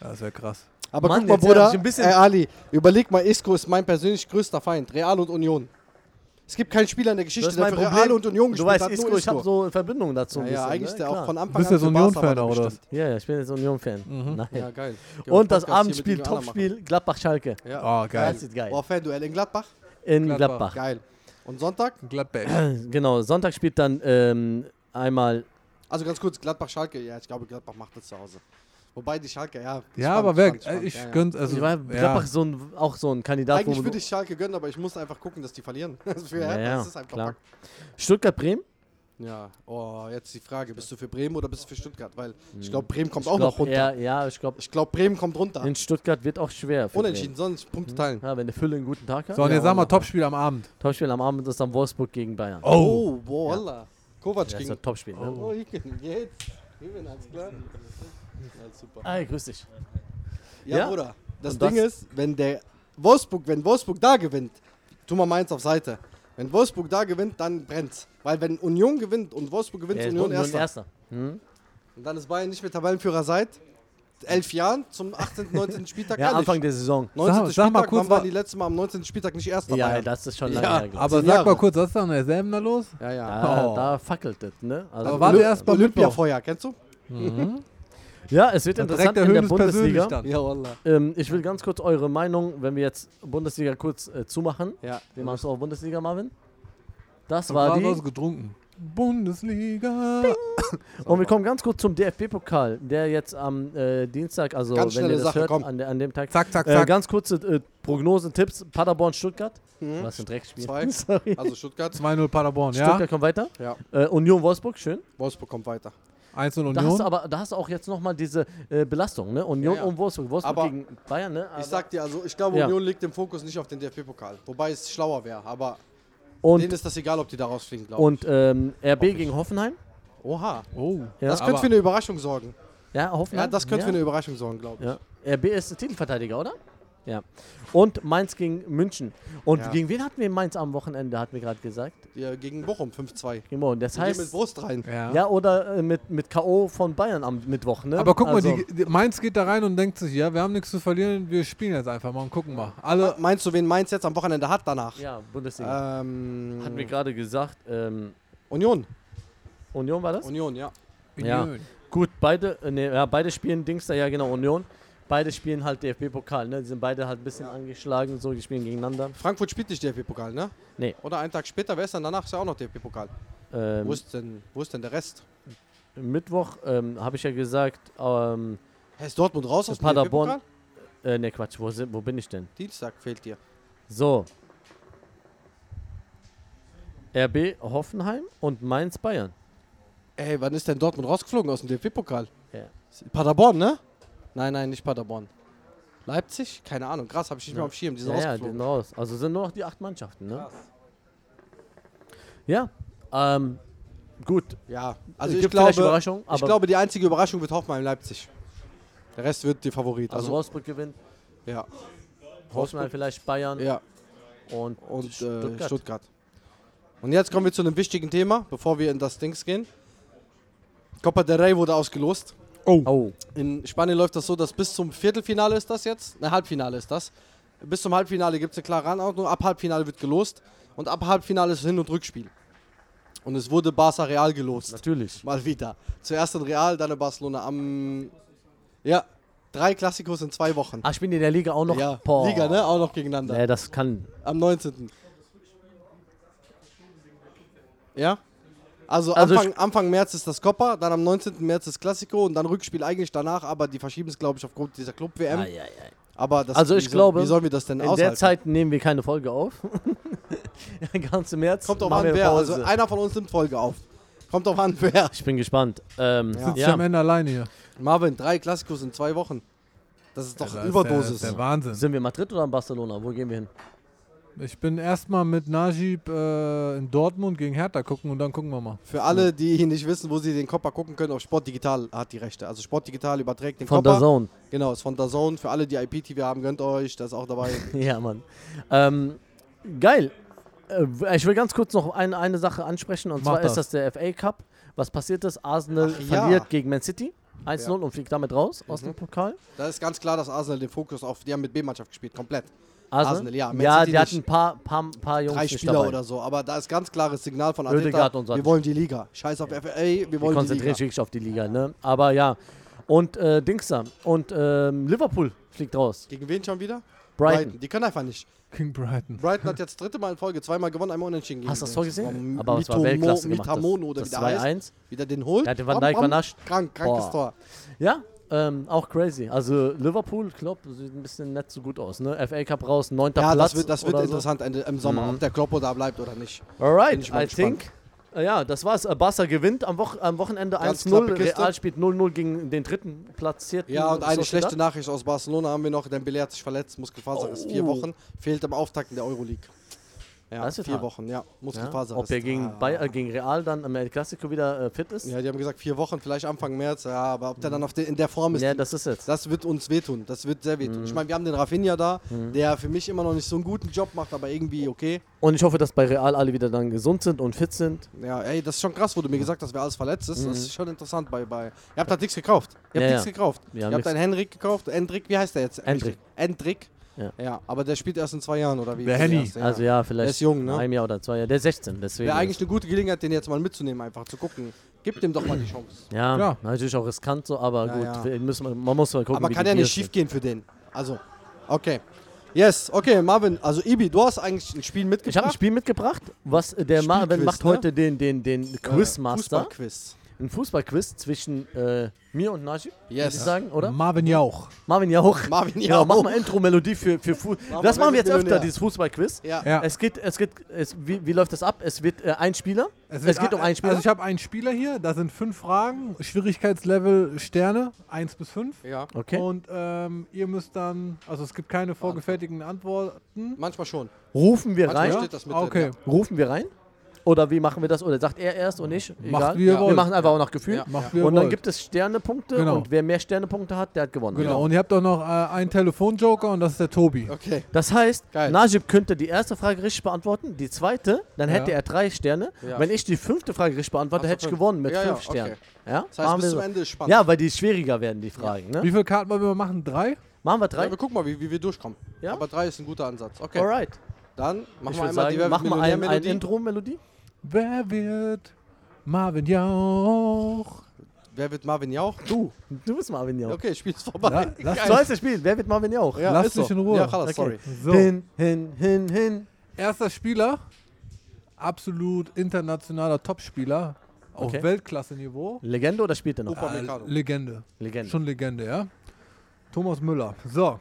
B: Das wäre krass.
C: Aber
A: Mann,
C: guck mal,
A: jetzt werd ich
C: Bruder,
A: ein bisschen-
C: ey, Ali, überleg mal, Isco ist mein persönlich größter Feind. Real und Union. Es gibt keinen Spieler in der
A: Das
C: Geschichte,
A: ist
C: der
A: mein
C: für
A: Problem.
C: Real und Union
A: du
C: gespielt
A: weißt,
C: hat.
A: Isco,
C: nur
A: ich habe so Verbindungen dazu.
C: Ja,
A: ein
C: ja,
A: bisschen,
C: eigentlich
A: ne?
C: ist der auch
A: Klar.
C: von Anfang
B: Bist
C: an
B: du so
C: für
B: ein
C: Barca war
B: Union-Fan
C: der
B: auch, oder was?
C: bestimmt.
A: Ja, ja, ich bin jetzt Union-Fan.
B: Mhm.
A: Nein.
C: Ja, geil.
A: Und das
C: Podcast hier mit
A: Abendspiel,
C: Juliana machen.
A: Topspiel, Gladbach-Schalke.
C: Ja.
B: Oh, geil.
A: Das ist geil.
C: Oh, Fan-Duell in Gladbach.
A: In
B: Gladbach.
A: Gladbach.
C: Geil. Und Sonntag?
B: Gladbach.
A: Genau, Sonntag spielt dann ähm, einmal.
C: Also ganz kurz, Gladbach-Schalke, ja, ich glaube, Gladbach macht das zu Hause. Wobei die Schalke, ja.
B: Ja,
C: spannend,
B: aber wer,
C: spannend, spannend,
B: ich
C: ja, ja.
B: gönn's, also,
A: weil Gladbach
B: ja.
A: ist so ein, auch so ein Kandidat. wo
C: Eigentlich
A: man-
C: würde ich Schalke gönnen, aber ich muss einfach gucken, dass die verlieren. Für
A: ja,
C: Hertha
A: ja,
C: ist es einfach
A: klar.
C: Fakt.
A: Stuttgart-Bremen?
C: Ja, oh, jetzt die Frage, bist du für Bremen oder bist du für Stuttgart? Weil ich glaube, Bremen kommt auch
A: Hm. Ich glaub,
C: noch runter.
A: Ja, ja, ich glaube,
C: Ich glaube, Bremen kommt runter.
A: in Stuttgart wird auch schwer. für
C: Unentschieden, sonst Punkte teilen.
A: Bremen. Ja, wenn der Fülle einen guten Tag hat.
B: So, und
C: Ja,
B: jetzt sag mal
C: Mann.
B: Topspiel am Abend.
A: Topspiel am Abend ist dann Wolfsburg gegen Bayern.
C: Oh, boah, Allah. Kovac
A: das ist
C: gegen...
A: ein Topspiel. Ne?
C: Oh, ich bin jetzt. Ich bin alles klar. Ja, super.
A: Ey, grüß dich.
C: Ja,
A: Ja.
C: Bruder. Das
A: Und das-
C: Ding ist, wenn der Wolfsburg, wenn Wolfsburg da gewinnt, tu mal Mainz auf Seite. Wenn Wolfsburg da gewinnt, dann brennt's. Weil wenn Union gewinnt und Wolfsburg gewinnt,
A: Ja,
C: ist
A: jetzt
C: Union
A: Union
C: erster.
A: erster. Hm?
C: Und dann ist Bayern nicht mehr Tabellenführer seit elf Jahren zum 18., 19. Spieltag
A: Ja,
C: gar
A: Anfang
C: nicht.
A: der Saison.
C: 19.
B: Sag-
C: Spieltag,
B: sag mal kurz,
C: wann waren
B: wa-
C: die letzte Mal am 19. Spieltag nicht erst dabei?
A: Ja, das ist schon lange
C: Ja, genau.
A: her. glaub ich.
B: Aber
C: Zehn
B: sag
C: Jahre.
B: mal kurz, was ist da an der Selben da los?
C: ja, ja.
A: da,
B: Oh.
A: da fackelt es, ne? Also,
B: Aber warte
C: Olymp-
B: erst mal Mittwoch.
C: Olympiafeuer, kennst du?
A: ja, es wird
B: Da
A: interessant
B: trägt der
A: in der
B: Höhnes persönlich
A: Bundesliga.
B: dann.
C: Ja, Wallah.
A: Ähm, ich will ganz kurz eure Meinung, wenn wir jetzt Bundesliga kurz äh, zumachen.
C: Ja.
A: Wir machen es auch Bundesliga, Marvin. Das
B: Da
A: war
B: war
A: die.
B: was getrunken. Bundesliga.
A: Und wir kommen ganz kurz zum DFB-Pokal, der jetzt am äh, Dienstag, also
C: Ganz
A: wenn ihr
C: schnelle
A: das
C: Sache,
A: hört,
C: komm.
A: an, der, an dem Tag.
B: Zack, zack,
A: Äh,
B: zack.
A: ganz kurze äh, Prognosen, Tipps. Paderborn, Stuttgart.
C: Mhm.
A: Was für ein Dreckspiel.
C: Zwei.
A: Sorry.
C: Also Stuttgart,
B: 2-0 Paderborn, ja?
A: Stuttgart kommt weiter.
C: Ja.
A: Äh, Union Wolfsburg, schön.
C: Wolfsburg kommt weiter.
B: 1-0
A: Da hast du
B: Union.
A: aber da hast du auch jetzt nochmal diese äh, Belastung, ne? Union
C: Ja, ja.
A: und Wolfsburg. Wolfsburg
C: Aber
A: gegen Bayern, ne? Aber-
C: Ich sag dir, also ich glaube,
A: Ja.
C: Union legt den Fokus nicht auf den DFB-Pokal. Wobei es schlauer wäre, aber denen
A: und
C: ist das egal, ob die da rausfliegen, glaube
A: und ähm, RB gegen Hoffenheim.
C: ich. Oha.
B: Oh.
A: Ja,
C: Das könnte
B: aber-
C: für eine Überraschung sorgen.
A: ja Hoffenheim.
C: Ja, das könnte
A: ja.
C: für eine Überraschung sorgen, glaube ich.
A: Ja. RB ist der Titelverteidiger, oder? Ja. Und Mainz gegen München. Und
C: Ja.
A: gegen wen hatten wir Mainz am Wochenende, hatten wir gerade gesagt?
C: Ja, äh, gegen Bochum 5-2.
A: Gegen Bochum. Genau, Das
C: Die gehen mit
A: heißt.
C: Brust rein.
B: Ja.
A: Ja, oder äh, mit, mit K.O. von Bayern am Mittwoch, ne?
B: Aber guck
A: Also-
B: mal, die, die, Mainz geht da rein und denkt sich, ja, wir haben nichts zu verlieren, wir spielen jetzt einfach mal und gucken mal. Alle,
C: Meinst du, wen Mainz jetzt am Wochenende hat danach?
A: Ja, Bundesliga.
C: Ähm,
A: hatten wir gerade gesagt, ähm,
C: Union.
A: Union war das?
C: Union, ja.
A: Ja.
B: Union.
A: Gut, beide, äh, nee, ja, beide spielen Dings da, ja genau, Union. Beide spielen halt DFB-Pokal, ne? Die sind beide halt ein bisschen angeschlagen, so, die spielen gegeneinander.
C: Frankfurt spielt nicht DFB-Pokal, ne?
A: Nee.
C: Oder einen Tag später, wer ist dann danach? Ist ja auch noch DFB-Pokal. Wo,
A: Ähm,
C: ist denn, wo ist denn der Rest?
A: Mittwoch ähm, habe ich ja gesagt, ähm,
C: Hä, Ist Dortmund raus aus dem
A: Paderborn.
C: DFB-Pokal?
A: äh, ne Quatsch, wo, sind, wo bin ich denn?
C: Dienstag fehlt dir.
A: So. RB Hoffenheim und Mainz Bayern.
C: Ey, wann ist denn Dortmund rausgeflogen aus dem DFB-Pokal?
A: Ja.
C: Paderborn, ne? Nein, nein, nicht Paderborn. Leipzig? Keine Ahnung. Krass, habe ich nicht mehr auf dem Schirm. Die sind
A: Ja, ja, die
C: rausgeflogen.
A: sind raus. Also sind nur noch die acht Mannschaften, ne? Ja. Ähm, gut.
C: ja, also
A: Es
C: ich
A: gibt vielleicht
C: glaube,
A: Überraschung, aber
C: ich glaube, die einzige Überraschung wird Hoffenheim Leipzig. Der Rest wird die Favorit.
A: also
C: Also,
A: Wolfsburg gewinnt,
C: ja,
A: Hoffenheim vielleicht Bayern
C: ja.
A: und,
C: Und Stuttgart. Äh,
A: Stuttgart.
C: Stuttgart. Und jetzt kommen wir zu einem wichtigen Thema, bevor wir in das Dings gehen. Copa del Rey wurde ausgelost.
A: Oh.
C: In Spanien läuft das so, dass bis zum Viertelfinale ist das jetzt, ne, Halbfinale ist das. Bis zum Halbfinale gibt es eine klare Anordnung, ab Halbfinale wird gelost und ab Halbfinale ist Hin- und Rückspiel. Und es wurde Barca Real gelost.
A: Natürlich.
C: Mal wieder. Zuerst in Real, dann in Barcelona am. Ja, drei Klassikos in zwei Wochen.
A: Ach, spielen die in der Liga auch noch?
C: ja,
A: Boah.
C: Liga, ne? Auch noch gegeneinander.
A: Nee, das kann.
C: Am 19. Ja? Also,
A: Also
C: Anfang, Anfang März ist das Copa, dann am 19. März ist Klassiko und dann Rückspiel eigentlich danach, aber die verschieben es, glaube ich, aufgrund dieser Club-WM.
A: Ei, ei, ei.
C: Aber Ähm, das,
A: Also
C: wie
A: ich
C: soll-
A: glaube,
C: wie sollen wir das denn
A: In der
C: aushalten?
A: Zeit nehmen wir keine Folge auf. Ganz im März.
C: Kommt drauf
A: machen
C: an,
A: wir
C: wer.
A: Pause.
C: Also einer von uns nimmt Folge auf. Kommt drauf an, wer.
A: ich bin gespannt. Ähm,
C: Ja.
B: Sitzt
A: ja.
B: ja. am Ende alleine hier.
C: Marvin, drei Klassikos in zwei Wochen. Das ist doch
B: Das ist
C: Überdosis.
B: Der, der Wahnsinn.
A: Sind wir in Madrid oder in Barcelona? Wo gehen wir hin?
B: Ich bin erstmal mit Najib äh, in Dortmund gegen Hertha gucken und dann gucken wir mal.
C: Für alle, die nicht wissen, wo sie den Copa gucken können, auf Sport Digital hat die Rechte. Also Sport Digital überträgt den
A: Von
C: Copa.
A: der Zone.
C: Genau, ist von DAZN. Für alle, die IPTV haben, gönnt euch, das ist auch dabei.
A: Ja, Mann. Ähm, geil. Äh, Ich will ganz kurz noch ein, eine Sache ansprechen und
B: Mach
A: zwar ist
B: das.
A: das der FA Cup. Was passiert ist? Arsenal
C: Ach ja.
A: verliert gegen Man City 1-0
C: Ja. Mhm.
A: und fliegt damit raus aus dem Pokal.
C: Da ist ganz klar, dass Arsenal den Fokus auf, die haben mit B-Mannschaft gespielt, komplett. Arsenal, ja, Man
A: ja
C: City
A: die
C: nicht.
A: hatten ein paar, paar, paar Jungs
C: Drei
A: nicht
C: Spieler
A: dabei.
C: oder so, aber da ist ganz klares Signal von
A: Oedegaard
C: Arteta,
A: und so
C: wir
A: hat-
C: wollen die Liga. Scheiß auf FA, wir
A: die
C: wollen die
A: konzentrieren
C: Liga.
A: sich wirklich auf die Liga, ne? Aber ja. Und äh, Dings da. Und ähm, Liverpool fliegt raus.
C: Gegen wen schon wieder?
A: Brighton.
C: Die können einfach nicht.
B: King Brighton.
C: Brighton hat jetzt dritte Mal in Folge, zweimal gewonnen, einmal unentschieden. gegen
A: Hast du das
C: den.
A: Tor gesehen?
C: Vom
A: Aber es war
C: Mitomo-
A: Weltklasse gemacht. Das,
C: Mitamono, oder
A: das
C: wie der
A: 2-1.
C: heißt. Wieder den holt.
A: Der hatte Van
C: Bam,
A: Dijk
C: bam.
A: vernascht.
C: Krank, krankes
A: Boah.
C: Tor.
A: Ja, ähm, auch crazy. Also Liverpool, Klopp, sieht ein bisschen nicht so gut aus. Ne? FA Cup raus, neunter
C: Ja,
A: Platz.
C: das wird, das wird
A: oder Mhm.
C: interessant Ende, im Sommer, ob der Kloppo da bleibt oder nicht.
A: So. Alright,
C: Bin ich mal
A: I think. Äh, Ja, das war's. Äh, Barca gewinnt am, Woch am Wochenende
C: Ganz
A: 1-0.
C: knappe Kiste.
A: Real spielt 0-0 gegen den dritten Platzierten.
C: Ja, und eine schlechte
A: Sociedad.
C: Nachricht aus Barcelona haben wir noch. Dembele hat sich verletzt, Muskelfaser ist vier Wochen, fehlt am Auftakt in der Euroleague. Ja,
A: Oh. Das ist
C: vier
A: hart.
C: Wochen, ja.
A: Ja?
C: Mustafa
A: Ob er gegen,
C: Ah.
A: Bayer, äh, gegen Real dann am El Clasico wieder äh, fit ist?
C: Ja, die haben gesagt, vier Wochen, vielleicht Anfang März. Ja, aber ob der dann auf de, in der Form ist,
A: Hm. Ja,
C: die-
A: das Hm. ist jetzt.
C: das wird uns wehtun. Das wird sehr wehtun. Ich meine, wir haben den Rafinha da,
A: Hm.
C: der für mich immer noch nicht so einen guten Job macht, aber irgendwie okay.
A: Und ich hoffe, dass bei Real alle wieder dann gesund sind und fit sind.
C: Ja, ey, das ist schon krass, wo du mir gesagt hast, wer alles verletzt ist. Das ist schon interessant bei. bei. Ihr habt halt nichts gekauft. Ihr habt
A: Mhm. Ja,
C: nichts
A: ja.
C: gekauft.
A: Wir
C: Ihr
A: haben
C: habt
A: nichts-
C: einen Henrik gekauft. Endrik, wie heißt der jetzt?
A: Endrick.
C: Endrik.
A: Ja.
C: Ja. aber der spielt erst in zwei Jahren, oder wie?
B: Der Henny.
C: Erst, ja.
A: Also ja, vielleicht
C: Der ist jung, ne?
A: ein Jahr oder zwei Jahre. Der ist 16, deswegen.
C: Wäre eigentlich
A: ist-
C: eine gute Gelegenheit, den jetzt mal mitzunehmen, einfach zu gucken. Gib dem doch mal die Chance.
A: ja,
B: Ja.
A: natürlich auch riskant so, aber
C: Ja,
A: gut,
C: ja.
A: wir Müssen, man muss mal gucken.
C: Aber
A: wie
C: kann
A: die
C: ja nicht
A: Bios
C: schief
A: sind.
C: gehen für den. Also, okay. Yes, okay, Marvin. Also, Ibi, du hast eigentlich ein Spiel mitgebracht.
A: Ich habe ein Spiel mitgebracht, was äh, der
C: Spielquiz,
A: Marvin macht
C: ne?
A: heute den, den,
B: Äh,
A: den Quizmaster.
C: Äh, Fußballquiz.
A: ein Fußballquiz zwischen äh, mir und Najib, würde ich
C: Yes.
A: sagen, oder?
B: Marvin Jauch.
A: Marvin Jauch.
C: Marvin
A: Ja, mach
C: Jauch.
A: mal Intro-Melodie für, für Fu
C: mal,
A: Das
C: wer
A: machen wir
C: wird
A: jetzt öfter,
C: Millionär?
A: dieses Fußballquiz.
C: Ja.
B: Ja.
A: Es geht, es geht, es, wie, wie läuft das ab? Es wird äh, ein Spieler. Es,
B: wird-
A: geht um einen Spieler.
B: Also ich habe einen Spieler hier, da sind fünf Fragen, Schwierigkeitslevel Sterne, 1 bis 5.
C: ja.
A: okay.
B: Und ähm, ihr müsst dann, also es gibt keine vorgefertigten Antworten.
C: Manchmal schon.
A: Rufen wir
C: Manchmal
A: rein.
B: Ja?
C: steht das mit
B: okay.
C: drin,
A: Rufen wir rein? Oder wie machen wir das? Oder sagt er erst und ich? Egal.
B: Macht wie ihr
A: wir
B: wollt.
A: machen einfach auch nach Gefühl.
C: Ja.
B: Macht wie ihr
A: Und dann
B: wollt.
A: gibt es Sternepunkte
B: Genau.
A: und wer mehr Sternepunkte hat, der hat gewonnen.
B: Genau, und ihr habt auch noch äh, einen Telefonjoker und das ist der Tobi.
C: Okay.
A: Das heißt,
C: Geil.
A: Najib könnte die erste Frage richtig beantworten, die zweite, dann hätte
B: Ja.
A: er drei Sterne.
C: Ja.
A: Wenn ich die fünfte Frage richtig beantworte,
C: Ach so,
A: hätte ich
C: fünf.
A: gewonnen mit
C: Ja, ja,
A: fünf
C: okay.
A: Sternen. Ja?
C: Das heißt,
A: Machen wir
C: bis zum
A: so.
C: Ende ist spannend.
A: ja, weil die schwieriger werden, die Fragen. Ne?
B: Wie viele Karten wollen wir machen? Drei?
A: Machen wir drei?
C: Ja, wir gucken mal, wie, wie wir durchkommen.
A: Ja?
C: Aber drei ist ein guter Ansatz. Okay.
A: Alright.
C: Dann machen
A: Ich
C: wir
A: würde
C: einmal die
A: sagen,
C: Wer wird
A: machen wir ein, ein
C: Millionär-Melodie.
A: Intro-Melodie.
B: Wer wird Marvin Jauch?
C: Wer wird Marvin Jauch? Du.
A: Du bist Marvin Jauch.
C: Okay, Spiel's vorbei.
B: La- lass-
A: So heißt das Spiel. Wer wird Marvin Jauch?
C: Ja,
B: Lass
C: ist
B: dich
C: so.
B: in Ruhe.
C: Ja, Chalas, sorry.
B: So.
A: Hin, hin, hin, hin.
B: Erster Spieler, absolut internationaler Topspieler auf
A: Okay.
B: Weltklasse-Niveau.
A: Legende oder spielt er noch?
C: Upa
B: Äh,
C: Meccano.
B: Legende.
A: Legende.
B: Schon Legende, ja. Thomas Müller. So,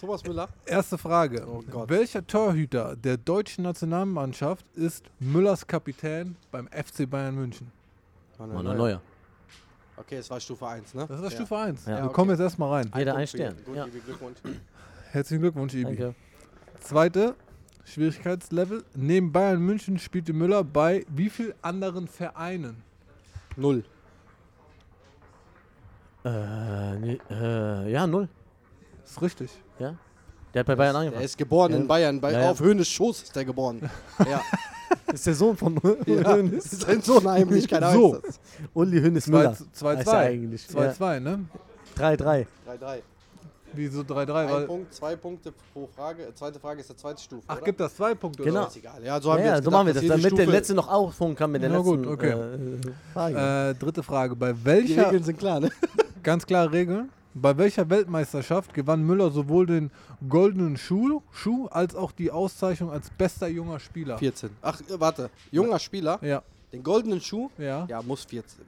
C: Thomas Müller.
B: erste Frage.
C: Oh Gott.
B: Welcher Torhüter der deutschen Nationalmannschaft ist Müllers Kapitän beim FC Bayern München?
A: Manuel Neuer.
C: Okay, es war Stufe 1, ne?
B: Das ist
C: Ja.
B: Stufe 1.
A: Ja,
B: Wir
C: okay.
B: kommen jetzt erstmal rein.
A: Jeder
C: Punkt
A: ein
C: für ihn.
A: Stern.
C: Gut,
A: Ja.
C: Ibi, Glückwunsch.
B: Herzlichen Glückwunsch, Ibi.
A: Danke.
B: Zweite Schwierigkeitslevel. Neben Bayern München spielte Müller bei wie vielen anderen Vereinen?
C: Null.
A: Äh, nee, äh, ja, null.
B: Ist richtig.
A: Ja. Der hat bei Bayern
C: Er
A: angefangen.
C: ist geboren in Bayern, bei,
A: Ja, ja.
C: auf Höhnes Schoß ist er geboren. Ja,
A: ist der Sohn von
C: ja. das ist ein so eine Heimlichkeit.
B: So.
A: Uli Hönes Müller.
B: 2-2. 2
A: Heißt er eigentlich.
B: 2-2, ne?
A: 3-3.
C: 3-3.
B: Wieso
C: Ein
B: 3-3? Weil-
C: Punkt, zwei Punkte pro Frage. Äh, Zweite Frage ist der zweite Stufe.
B: Ach,
C: oder?
B: gibt das zwei Punkte?
A: Genau.
B: oder
C: Ist egal. Ja, so
A: Ja,
C: haben wir
A: ja,
C: jetzt
A: so
C: gedacht,
A: machen wir
C: dass
A: das,
C: jede
A: damit der
C: Stufe-
A: letzte noch aufholen kann mit der
B: Na
A: letzten
B: gut, okay.
A: äh, äh, Frage.
B: was? Äh, dritte Frage. Bei
C: Die
B: welcher,
C: Regeln sind klar, ne?
B: ganz klare Regel, bei welcher Weltmeisterschaft gewann Müller sowohl den goldenen Schuh, Schuh als auch die Auszeichnung als bester junger Spieler?
C: 14. Ach, äh, warte. Junger Spieler,
B: Ja,
C: den goldenen Schuh.
B: ja.
C: Ja, muss 14,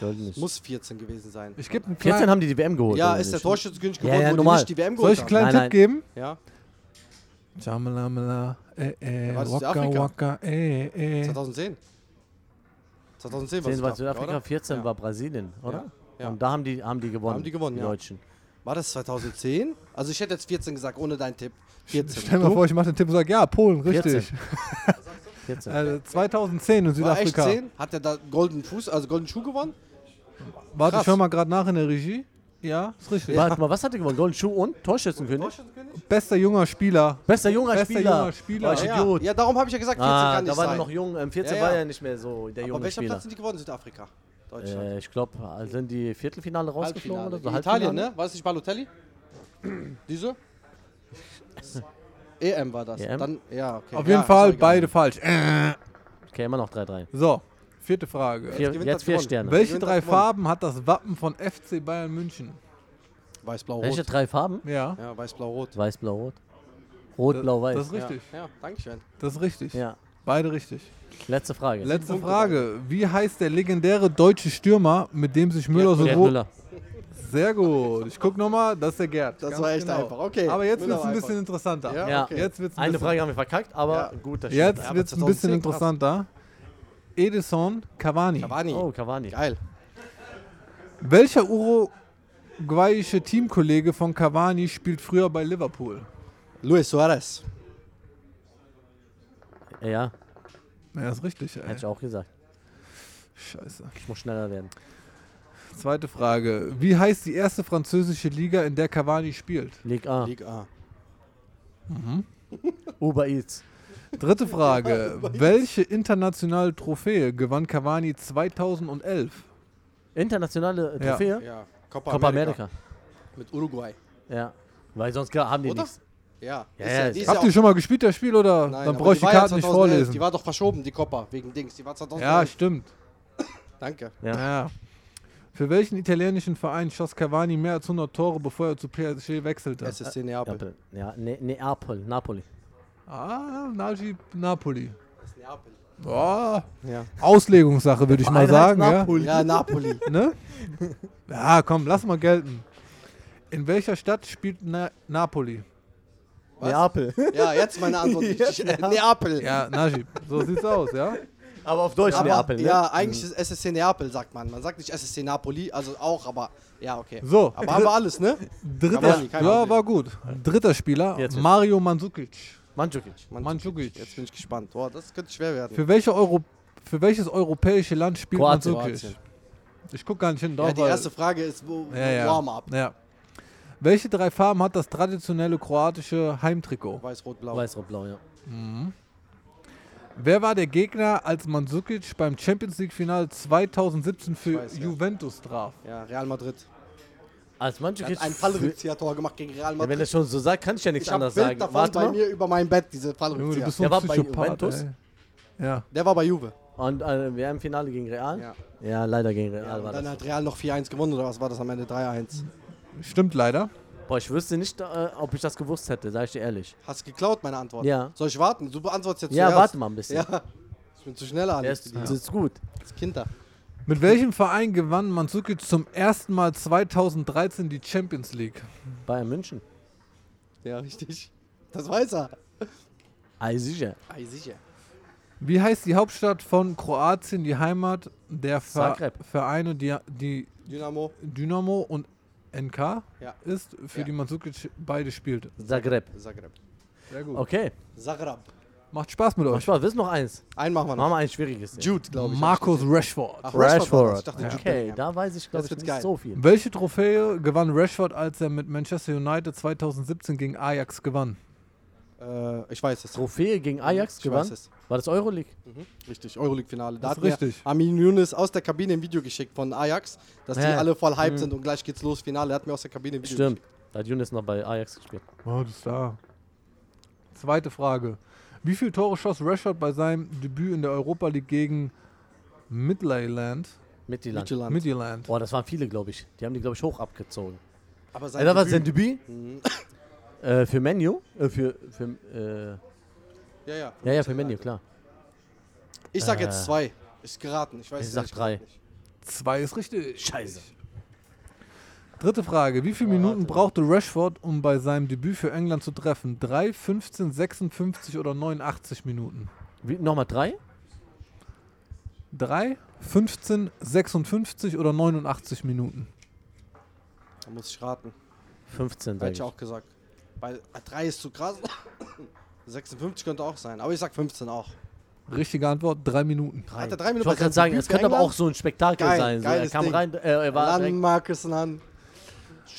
A: Goldenes.
C: muss 14 gewesen sein.
B: Ich gebe einen
A: 14
B: kleinen,
A: haben die die WM geholt.
C: Ja,
A: oder
C: ist der
A: nicht?
C: Torschützenkönig
A: Ja,
C: geworden,
A: ja,
C: wo
A: normal.
C: die nicht die WM
B: soll
C: geholt
B: ich einen kleinen
A: Nein,
B: Tipp
A: nein.
B: geben?
C: Ja,
B: Jamalamala, eh, eh,
C: war das
B: waka,
C: Südafrika?
B: waka, eh, eh.
C: 2010. 2010 war
A: 10 war Südafrika,
C: oder?
A: 14
C: Ja.
A: war Brasilien, oder?
C: ja.
A: Und da haben die, haben die gewonnen.
C: haben die gewonnen,
A: die
C: ja.
A: Deutschen.
C: War das 2010? Also ich hätte jetzt 14 gesagt, ohne deinen Tipp. 14.
B: Stell dir mal vor, ich mache den Tipp und sage, ja, Polen,
A: 14.
B: richtig.
A: 14.
B: Also 2010 in
C: war echt
B: Südafrika.
C: 10? Hat er da goldenen Fuß, also goldenen Schuh gewonnen?
B: Warte,
C: Krass.
B: ich höre mal gerade nach in der Regie. Ja, ist richtig.
A: Warte mal, was hat er gewonnen? Golden Schuh und Torschützenkönig?
B: Bester junger Spieler.
A: Bester junger
B: Bester
A: Spieler.
B: junger Spieler.
A: Oh, ich
C: Ja,
A: Idiot.
C: ja, darum habe ich ja gesagt, 14
A: ah,
C: kann nicht
A: da war er
C: sein.
A: noch jung. Ähm, 14
C: Ja,
A: war
C: ja.
A: ja nicht mehr so der
C: Aber
A: junge
C: welcher
A: Spieler.
C: Platz sind die gewonnen, Südafrika? Deutschland.
A: Äh, ich glaube, sind die Viertelfinale rausgeflogen
C: Halbfinale.
A: oder so?
C: Gegen Italien, ne? War es nicht Balotelli? Diese? EM war das.
A: EM?
C: Dann, ja, okay.
B: Auf
C: ja,
B: jeden Fall
C: ist doch egal.
B: beide falsch. Äh.
A: Okay, immer noch 3-3.
B: So, vierte Frage.
A: Vier-
C: gewinnt,
A: Jetzt
C: hat
A: vier
C: gewonnen.
A: Sterne.
B: Welche
C: Gewinnt
B: drei
C: hat gewonnen.
B: Farben hat das Wappen von FC Bayern München?
C: Weiß, blau,
A: Welche
C: rot.
A: drei Farben?
B: Ja,
C: Ja, weiß, blau, rot.
A: Weiß, blau, rot. Rot, blau, weiß.
B: Äh, das ist richtig.
C: Ja, ja danke schön.
B: Das ist richtig.
A: ja.
B: Beide richtig.
A: Letzte Frage.
B: Letzte
C: Punkte
B: Frage. Wie heißt der legendäre deutsche Stürmer, mit dem sich Müller
A: Gerd
B: sowohl...
A: Müller.
B: Sehr gut. Ich guck nochmal. Das ist der Gerd.
C: Das
B: Ganz genau.
C: war echt einfach. Okay,
B: Aber jetzt
C: Müller
B: wird es ein
C: war
B: bisschen
C: einfach.
B: interessanter.
C: Ja.
A: Ja,
C: okay.
B: Jetzt wird es ein
A: eine
B: bisschen-
A: Frage haben wir verkackt, aber
C: Ja.
A: gut, das
B: Jetzt
C: Ja, aber
B: wird es ein
C: 2010
B: bisschen
C: krass.
B: interessanter. Edison Cavani.
C: Cavani.
A: stimmt. Oh, Cavani.
C: Geil.
B: Welcher uruguayische Teamkollege von Cavani spielt früher bei Liverpool?
C: Luis Suarez.
A: Ja,
B: Ja, ist richtig, ey.
A: hätte ich auch gesagt.
B: Scheiße.
A: Ich muss schneller werden.
B: Zweite Frage. Wie heißt die erste französische Liga, in der Cavani spielt?
A: Leg A.
C: Liga A.
A: Uber Eats.
B: Dritte Frage. Welche internationale Trophäe gewann Cavani 2011?
A: Internationale äh,
B: Ja.
A: Trophäe?
C: Ja. Copa,
A: Copa
C: America.
A: America.
C: Mit Uruguay.
A: Ja. Weil sonst gar- haben die
C: Oder?
A: nichts.
C: Ja.
A: Ja,
C: ist
A: ja,
C: die ist
B: Habt
C: auch-
B: ihr schon mal gespielt, das Spiel, oder?
C: Nein,
B: Dann
C: aber
B: brauche ich die
C: war ja
B: Karten nicht
C: 2011,
B: vorlesen.
C: Die war doch verschoben, die Copa, wegen Dings. Die war 2011.
B: ja, stimmt.
C: Danke.
A: Ja.
B: Ja. Für welchen italienischen Verein schoss Cavani mehr als 100 Tore, bevor er zu PSG wechselte?
C: SSC Neapel.
A: Neapel. Ja, ne Neapel, Napoli.
B: Ah, Najib Napoli.
C: Das ist Neapel.
B: Oh,
C: Ja.
B: Auslegungssache, würde ich mal sagen. Ja.
C: Ja, Napoli.
B: Ne? ja, komm, lass mal gelten. In welcher Stadt spielt Na Napoli?
A: Neapel.
C: ja, jetzt meine Antwort. richtig. Neapel.
B: Ja, Najib. So sieht's aus, ja?
A: Aber auf Deutsch
C: Aber,
A: Neapel, ne?
C: Ja, eigentlich ist SSC Neapel, sagt man. Man sagt nicht SSC Napoli, also auch, aber ja, okay.
B: So.
C: Aber haben wir alles, ne?
B: Dritter.
C: Cavani, kein
B: Ja,
C: Problem.
B: war gut. Dritter Spieler,
A: Jetzt, jetzt.
B: Mario Mandzukic.
A: Mandzukic.
C: Mann, Jetzt
B: Mandzukic.
C: bin ich gespannt. Boah, das könnte schwer werden.
B: Für, welche Euro für welches europäische Land spielt
A: Kroatien.
B: Mandzukic? Ich guck gar nicht hin.
C: Ja, die erste Frage ist, wo
B: ja, ja.
C: Warm-up?
B: Ja. Welche drei Farben hat das traditionelle kroatische Heimtrikot?
C: Weiß, Rot, Blau.
A: Weiß-Rot-Blau, ja.
B: Wer war der Gegner, als Mandzukic beim Champions League-Final 2017 für
C: weiß, ja.
B: Juventus traf?
C: Ja, Real Madrid.
A: Als
C: Er
A: Mandzukic.
C: hat ein
A: Ja,
C: Fallrückzieher-Tor gemacht gegen Real
A: wenn
C: Madrid.
A: er schon so sagt, kann ich ja nichts
C: ich habe
A: anderes
C: Bild
A: sagen.
C: davon
A: Warte
C: bei
A: mal.
C: mir über meinem Bett, diese
B: Junge, du
C: Fallrückzieher.
B: bist so
A: Der war
B: ein
A: bei
B: Psychopath.
A: Juventus.
B: ey. Ja.
C: Der war bei Juve.
A: Und äh, wir haben Finale gegen Real?
C: Ja.
A: Ja, leider gegen Real
C: Ja, und
A: war
C: dann
A: das.
C: hat Real noch 4-1 gewonnen oder was war das am Ende? 3-1.
B: Stimmt leider.
A: Boah, ich wüsste nicht, äh, ob ich das gewusst hätte, sag ich dir ehrlich.
C: Hast geklaut meine Antwort?
A: Ja.
C: Soll ich warten? Du beantwortest jetzt
A: Ja,
C: zuerst.
A: warte mal ein bisschen.
C: Ja. Ich bin zu schnell,
A: Der
C: Alex.
A: ist, das ist gut.
C: Das Kind da.
B: Mit welchem Verein gewann Mandzukic zum ersten Mal 2013 die Champions League?
A: Bayern München.
C: Ja, richtig. Das weiß er.
A: Ei, sicher.
C: Ei, sicher.
B: Wie heißt die Hauptstadt von Kroatien, die Heimat der Ver
A: Zagreb.
B: Vereine, die, die
C: Dynamo.
B: Dynamo und NK
C: Ja.
B: ist, für
C: Ja.
B: die Mandzukic beide spielte?
A: Zagreb.
C: Zagreb.
B: Sehr gut.
A: Okay.
C: Zagreb.
B: Macht Spaß mit
A: Mach
B: euch.
A: Spaß, wissen noch eins.
C: Einen machen wir noch.
A: Machen wir ein schwieriges. jetzt.
C: Jude, glaube ich.
B: Markus Rashford.
C: Ach, Rashford. war das.
A: Rashford.
C: Ich dachte, Jude
A: Okay,
C: Bellingham.
A: da weiß ich, glaube
C: Jetzt
A: ich,
C: wird's
A: nicht
C: geil.
A: so viel.
B: Welche Trophäe gewann Rashford, als er mit Manchester United 2017 gegen Ajax gewann?
C: Äh, ich weiß es.
A: Trophäe gegen Ajax
C: Ich
A: gewann.
C: weiß es.
A: War das Euroleague?
C: Richtig, Euroleague-Finale. Da
B: Das
C: hat
B: ist
C: mir
B: richtig.
C: Armin Younes aus der Kabine ein Video geschickt von Ajax, dass die
A: Ja. Mhm.
C: alle voll hyped sind und gleich geht's los. Finale. Er hat mir aus der Kabine ein Video
A: Stimmt.
C: geschickt.
A: Da hat Younes noch bei Ajax gespielt.
B: Oh, das ist da. Zweite Frage. Wie viele Tore schoss Rashford bei seinem Debüt in der Europa League gegen Midland?
A: Mit die Land.
C: Midtjylland.
B: Midland.
A: Boah, das waren viele, glaube ich. Die haben die, glaube ich, hoch abgezogen.
C: Aber
A: Ey,
C: sein
A: das war sein
C: Debüt.
A: Debüt?
C: Mhm.
A: äh, für Menu? Äh, für, für,
C: Ja, ja.
A: äh, ja, ja, für Menu, klar.
C: Ich sag
A: Äh.
C: jetzt zwei. Ist geraten. Ich weiß
A: Ich
C: es
A: sag
C: ehrlich
A: drei.
C: gesagt nicht.
B: Zwei ist richtig.
A: Scheiße.
B: Dritte Frage. Wie viele Minuten
C: warte.
B: brauchte Rashford, um bei seinem Debüt für England zu treffen? 3, 15, 56 oder 89 Minuten?
A: Wie, nochmal drei?
B: 3, 15, 56 oder 89 Minuten?
C: Da muss ich raten.
A: 15, sag
C: Hätte ich
A: ich.
C: auch gesagt. Weil 3 ist zu krass. 56 könnte auch sein. Aber ich sag 15 auch.
B: Richtige Antwort, drei Minuten.
C: Hat er drei Minuten
A: Ich wollte
C: bei
A: gerade
C: seinem
A: sagen,
C: Debüt
A: es
C: für
A: könnte aber
C: England?
A: auch so ein Spektakel
C: Geil,
A: sein. So, er
C: geiles
A: kam
C: Ding.
A: rein, äh, er war
C: Lan
A: direkt,
C: Marcus Lan.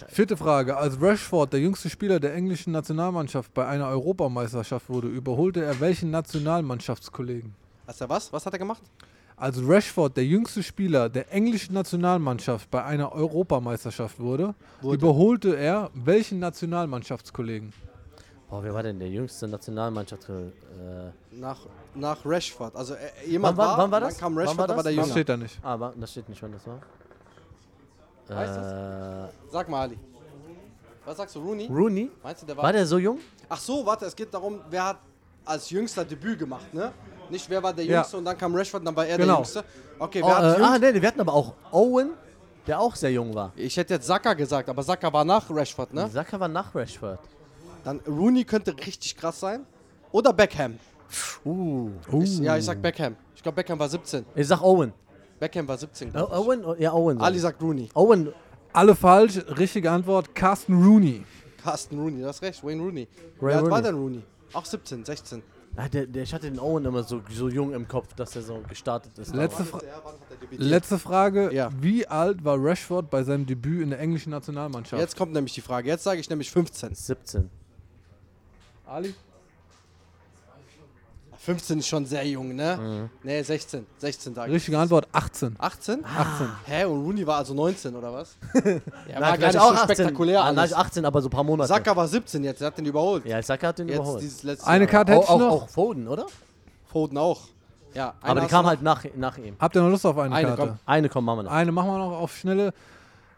B: Vierte Frage. Als Rashford, der jüngste Spieler der englischen Nationalmannschaft, bei einer Europameisterschaft wurde, überholte er welchen Nationalmannschaftskollegen?
C: Hast du was? Was hat er gemacht?
B: Als Rashford, der jüngste Spieler der englischen Nationalmannschaft, bei einer Europameisterschaft wurde, überholte er welchen Nationalmannschaftskollegen?
A: boah, wer war denn der jüngste Nationalmannschaft? Äh,
C: Nach, nach Rashford. Also äh, jemand
A: Wann war-
C: war,
A: wann war
C: dann
A: das?
C: kam
A: Wann
C: Rashford,
A: war
C: aber
A: das?
C: der
B: Das
C: Jünger.
B: steht da nicht.
A: ah, wa- das steht nicht, wann das war.
C: Weißt
A: Äh,
C: Sag mal, Ali. Was sagst du, Rooney?
A: Rooney?
C: Meinst du, der war...
A: War der so jung?
C: Ach so, warte, es geht darum, wer hat als jüngster Debüt gemacht, ne? Nicht wer war der
B: Ja.
C: Jüngste und dann kam Rashford, dann war er
B: Genau.
C: der Jüngste. Okay,
A: Oh,
C: wer
A: äh,
C: hat
A: ah,
C: jüngst?
A: nee, wir hatten aber auch Owen, der auch sehr jung war.
C: Ich hätte jetzt Saka gesagt, aber Saka war nach Rashford, ne?
A: Saka war nach Rashford.
C: Dann Rooney könnte richtig krass sein. Oder Beckham.
A: Uh.
C: Ich, ja, ich sag Beckham. Ich glaube, Beckham war 17.
A: Ich sag Owen.
C: Beckham war 17.
A: Äh,
C: glaub ich.
A: Owen? Ja, Owen. sag
C: Ali
A: ich.
C: sagt Rooney.
A: Owen,
B: Alle falsch. Richtige Antwort, Carsten Rooney.
C: Carsten Rooney, das ist recht, Wayne Rooney.
A: Wayne
C: Wer alt war
A: Rooney.
C: denn Rooney? Auch 17, 16.
A: Ah, der, der, ich hatte den Owen immer so, so jung im Kopf, dass er so gestartet ist.
B: Letzte, Fra
C: Der, wann hat er debütiert?
B: letzte Frage.
C: Ja.
B: Wie alt war Rashford bei seinem Debüt in der englischen Nationalmannschaft?
C: Jetzt kommt nämlich die Frage. Jetzt sage ich nämlich 15.
A: 17.
B: Ali?
C: 15 ist schon sehr jung, ne?
A: Mhm.
C: Ne, 16. 16 sage ich.
B: Richtige Antwort 18.
C: 18?
A: Ah.
B: 18.
C: Hä, und Rooney war also 19, oder was? ja,
A: Na,
C: war gar
A: vielleicht
C: nicht so spektakulär
A: Ah,
C: alles.
A: nein, 18, aber so ein paar Monate.
C: Saka war 17 jetzt, der hat den überholt.
A: Ja, Saka hat den
C: jetzt
A: überholt.
C: dieses letzte
B: Eine
C: Jahr.
B: Karte hätte
A: Auch,
B: ich
A: auch,
B: noch.
A: auch Foden, oder?
C: Foden auch. Ja,
A: aber
C: einer
A: die
C: hast
A: kam
C: du Ah,
A: halt nach, nach ihm.
B: Habt ihr noch Lust auf eine,
C: Eine,
B: Karte?
A: Eine kommen machen wir noch.
B: Eine machen wir noch auf schnelle.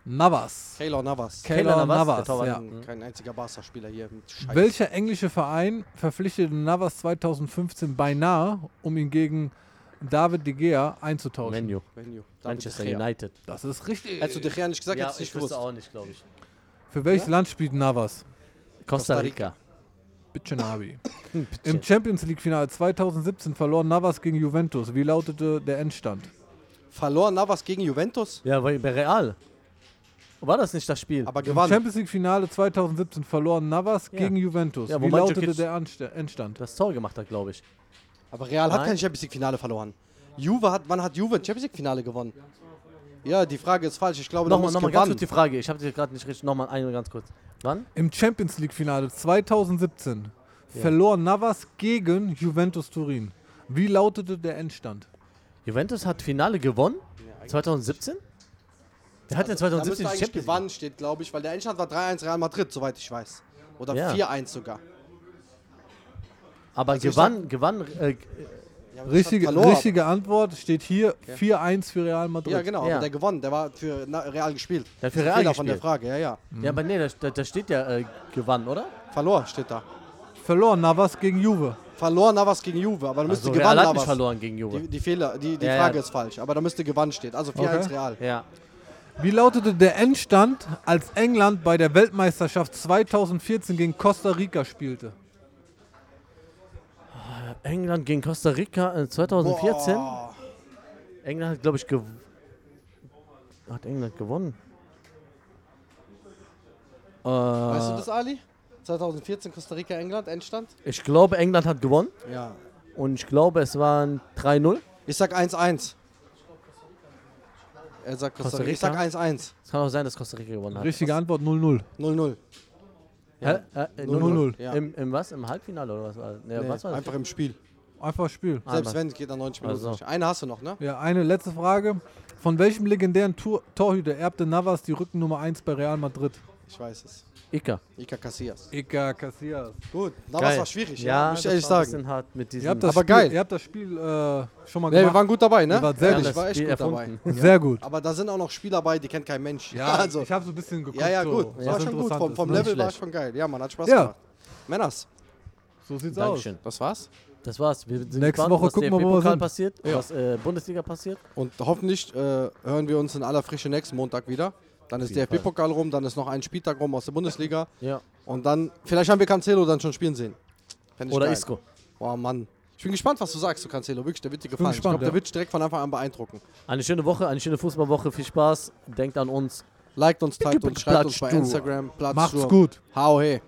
B: Navas.
C: noch. Taylor Navas.
A: Keylor Mhm.
B: Keylor
A: Navas, der
B: Navas.
A: Torwart.
B: Ja.
C: Kein einziger Barca-Spieler hier. Scheiße.
B: Welcher englische Verein verpflichtete Navas 2015 beinahe, um ihn gegen David De Gea einzutauschen?
A: Menu.
C: Menu. David
A: Manchester
C: De Gea.
A: United.
B: Das ist richtig.
C: Hättest du De Gea nicht gesagt,
A: ja,
C: hättest du
A: ich
C: nicht
A: wusste
C: gewusst.
A: auch nicht, glaube ich.
B: Für welches Land spielt Navas?
A: Costa Rica.
B: Bitchenabi. Im Champions League-Finale 2017 verlor Navas gegen Juventus. Wie lautete der Endstand?
C: Verlor Navas gegen Juventus,
A: Ja, bei bei Real. War das nicht das Spiel?
C: aber
B: Im
C: gewann.
B: Champions League-Finale 2017 verlor Navas
A: Ja.
B: gegen Juventus.
A: Ja, wo
B: Wie
A: Mandzukic-
B: lautete der Anste Endstand?
A: das Tor gemacht hat, glaube ich.
C: Aber Real hat
A: Nein.
C: kein Champions League Finale verloren. Juve hat, wann hat Juve ein Champions League Finale gewonnen? Ja, die Frage ist falsch. Ich glaube,
A: Nochmal,
C: du musst
A: nochmal ganz
C: gewann.
A: kurz die Frage. Ich habe sie gerade nicht richtig. Nochmal eine ganz kurz. Wann?
B: Im Champions League-Finale 2017 verlor Navas gegen Juventus Turin. Wie lautete der Endstand?
A: Juventus hat Finale gewonnen? 2017? Der hat ja
C: Also, da müsste
A: 2017 die
C: eigentlich
A: Champions League.
C: gewann steht, glaube ich, weil der Endstand war 3-1 Real Madrid, soweit ich weiß. Oder
A: Ja.
C: 4-1 sogar.
A: Aber
C: Also ich
A: gewann, gewann, äh,
C: Ja, aber das hat
B: Richtige,
C: verloren.
B: richtige Antwort steht hier 4-1 für Real Madrid.
C: Ja, genau,
A: Ja.
C: aber der gewonnen, der war für Na Real gespielt.
A: Der hat für
C: Das ist
A: Real
C: Fehler von der
A: gespielt.
C: Frage, ja, ja.
A: ja, aber nee, da, da- da steht ja äh, gewann, oder?
C: Verlor steht da.
B: Verlor Navas gegen Juve.
C: Verlor Navas gegen Juve, aber da müsste
A: Also
C: gewann
A: Real hat
C: Navas.
A: nicht verloren gegen Juve.
C: Die, die Fehler, die, die
A: Ja, ja.
C: Frage ist falsch, aber da müsste gewann steht. Also 4-1
B: Okay.
C: Real.
A: Ja.
B: Wie lautete der Endstand, als England bei der Weltmeisterschaft 2014 gegen Costa Rica spielte?
A: England gegen Costa Rica äh, 2014.
C: Boah.
A: England hat, glaube ich, gew hat England gewonnen. Äh,
C: Weißt du das, Ali? 2014 Costa Rica, England, Endstand?
A: ich glaube, England hat gewonnen.
C: Ja.
A: Und ich glaube, es waren 3-0.
C: Ich sag 1-1. Er sagt Costa Rica. Ich sag
A: Costa
C: 1-1.
A: Es kann auch sein, dass Costa Rica gewonnen hat.
B: Richtige Antwort 0-0.
C: 0-0.
A: Hä? Äh, äh,
B: 0-0.
C: Ja.
A: Im, Im was? Im Halbfinale oder was? war das? Ja,
C: Nee,
A: was war das?
C: einfach im Spiel.
B: Einfach Spiel.
A: Einmal.
C: Selbst wenn, es geht dann 90 Minuten.
A: Also.
C: nicht. Eine hast du noch, ne?
B: Ja, eine letzte Frage. Von welchem legendären Tor Torhüter erbte Navas die Rückennummer 1 bei Real Madrid?
C: Ich weiß es.
A: Ica.
C: Iker Casillas.
B: Ika Casillas.
C: Gut, na,
A: Geil.
C: was war schwierig,
A: Ja,
C: muss ich
A: das war
C: ehrlich
A: ein
C: sagen.
A: bisschen hart mit diesem.
B: Ihr habt das
C: Aber
B: Spiel,
C: geil.
B: Ihr habt das Spiel äh, schon mal
C: Nee, wir
B: gemacht.
C: waren gut dabei, ne?
B: Ihr wart sehr
C: ja,
B: gut.
C: ich war echt
A: Spiel
C: gut
A: erfunden.
C: dabei.
B: Sehr gut.
C: Aber da sind auch noch Spieler bei, die kennt kein Mensch.
B: Ja,
C: also.
B: ich habe so ein bisschen geguckt.
C: Ja, ja,
B: so,
C: gut.
B: was
C: Das war schon gut.
B: interessant
C: Vom,
B: ist,
C: vom
B: ne?
C: Level war
A: schlecht.
C: schon geil. Ja, man hat Spaß
B: Ja.
C: gemacht. Männers,
B: So sieht's
A: Dankeschön.
C: das war's.
A: Das war's. Wir sind
B: Nächste
A: gespannt,
B: Woche
A: was
B: gucken wir, wo wir
A: DFB-Pokal
B: sind.
A: passiert, was äh, Bundesliga passiert.
C: Und hoffentlich äh, hören wir uns in aller Frische nächsten Montag wieder. Dann ist DFB-Pokal rum, dann ist noch ein Spieltag rum aus der Bundesliga.
A: Ja.
C: Und dann, vielleicht haben wir Cancelo dann schon spielen sehen. Fänd ich
A: Oder
C: geil.
A: Isco.
C: Oh Mann. Ich bin gespannt, was du sagst zu Cancelo. Wirklich, der wird dir
B: bin
C: gefallen. Ich,
B: gespannt,
C: glaube, der
B: ja.
C: wird dich direkt von Anfang an beeindrucken.
A: Eine schöne Woche, eine schöne Fußballwoche. Viel Spaß. Denkt an uns.
C: Liked uns, teilt uns, schreibt uns bei
A: Platzsturm.
C: Instagram. Platz
B: Macht's gut.
C: Hau he.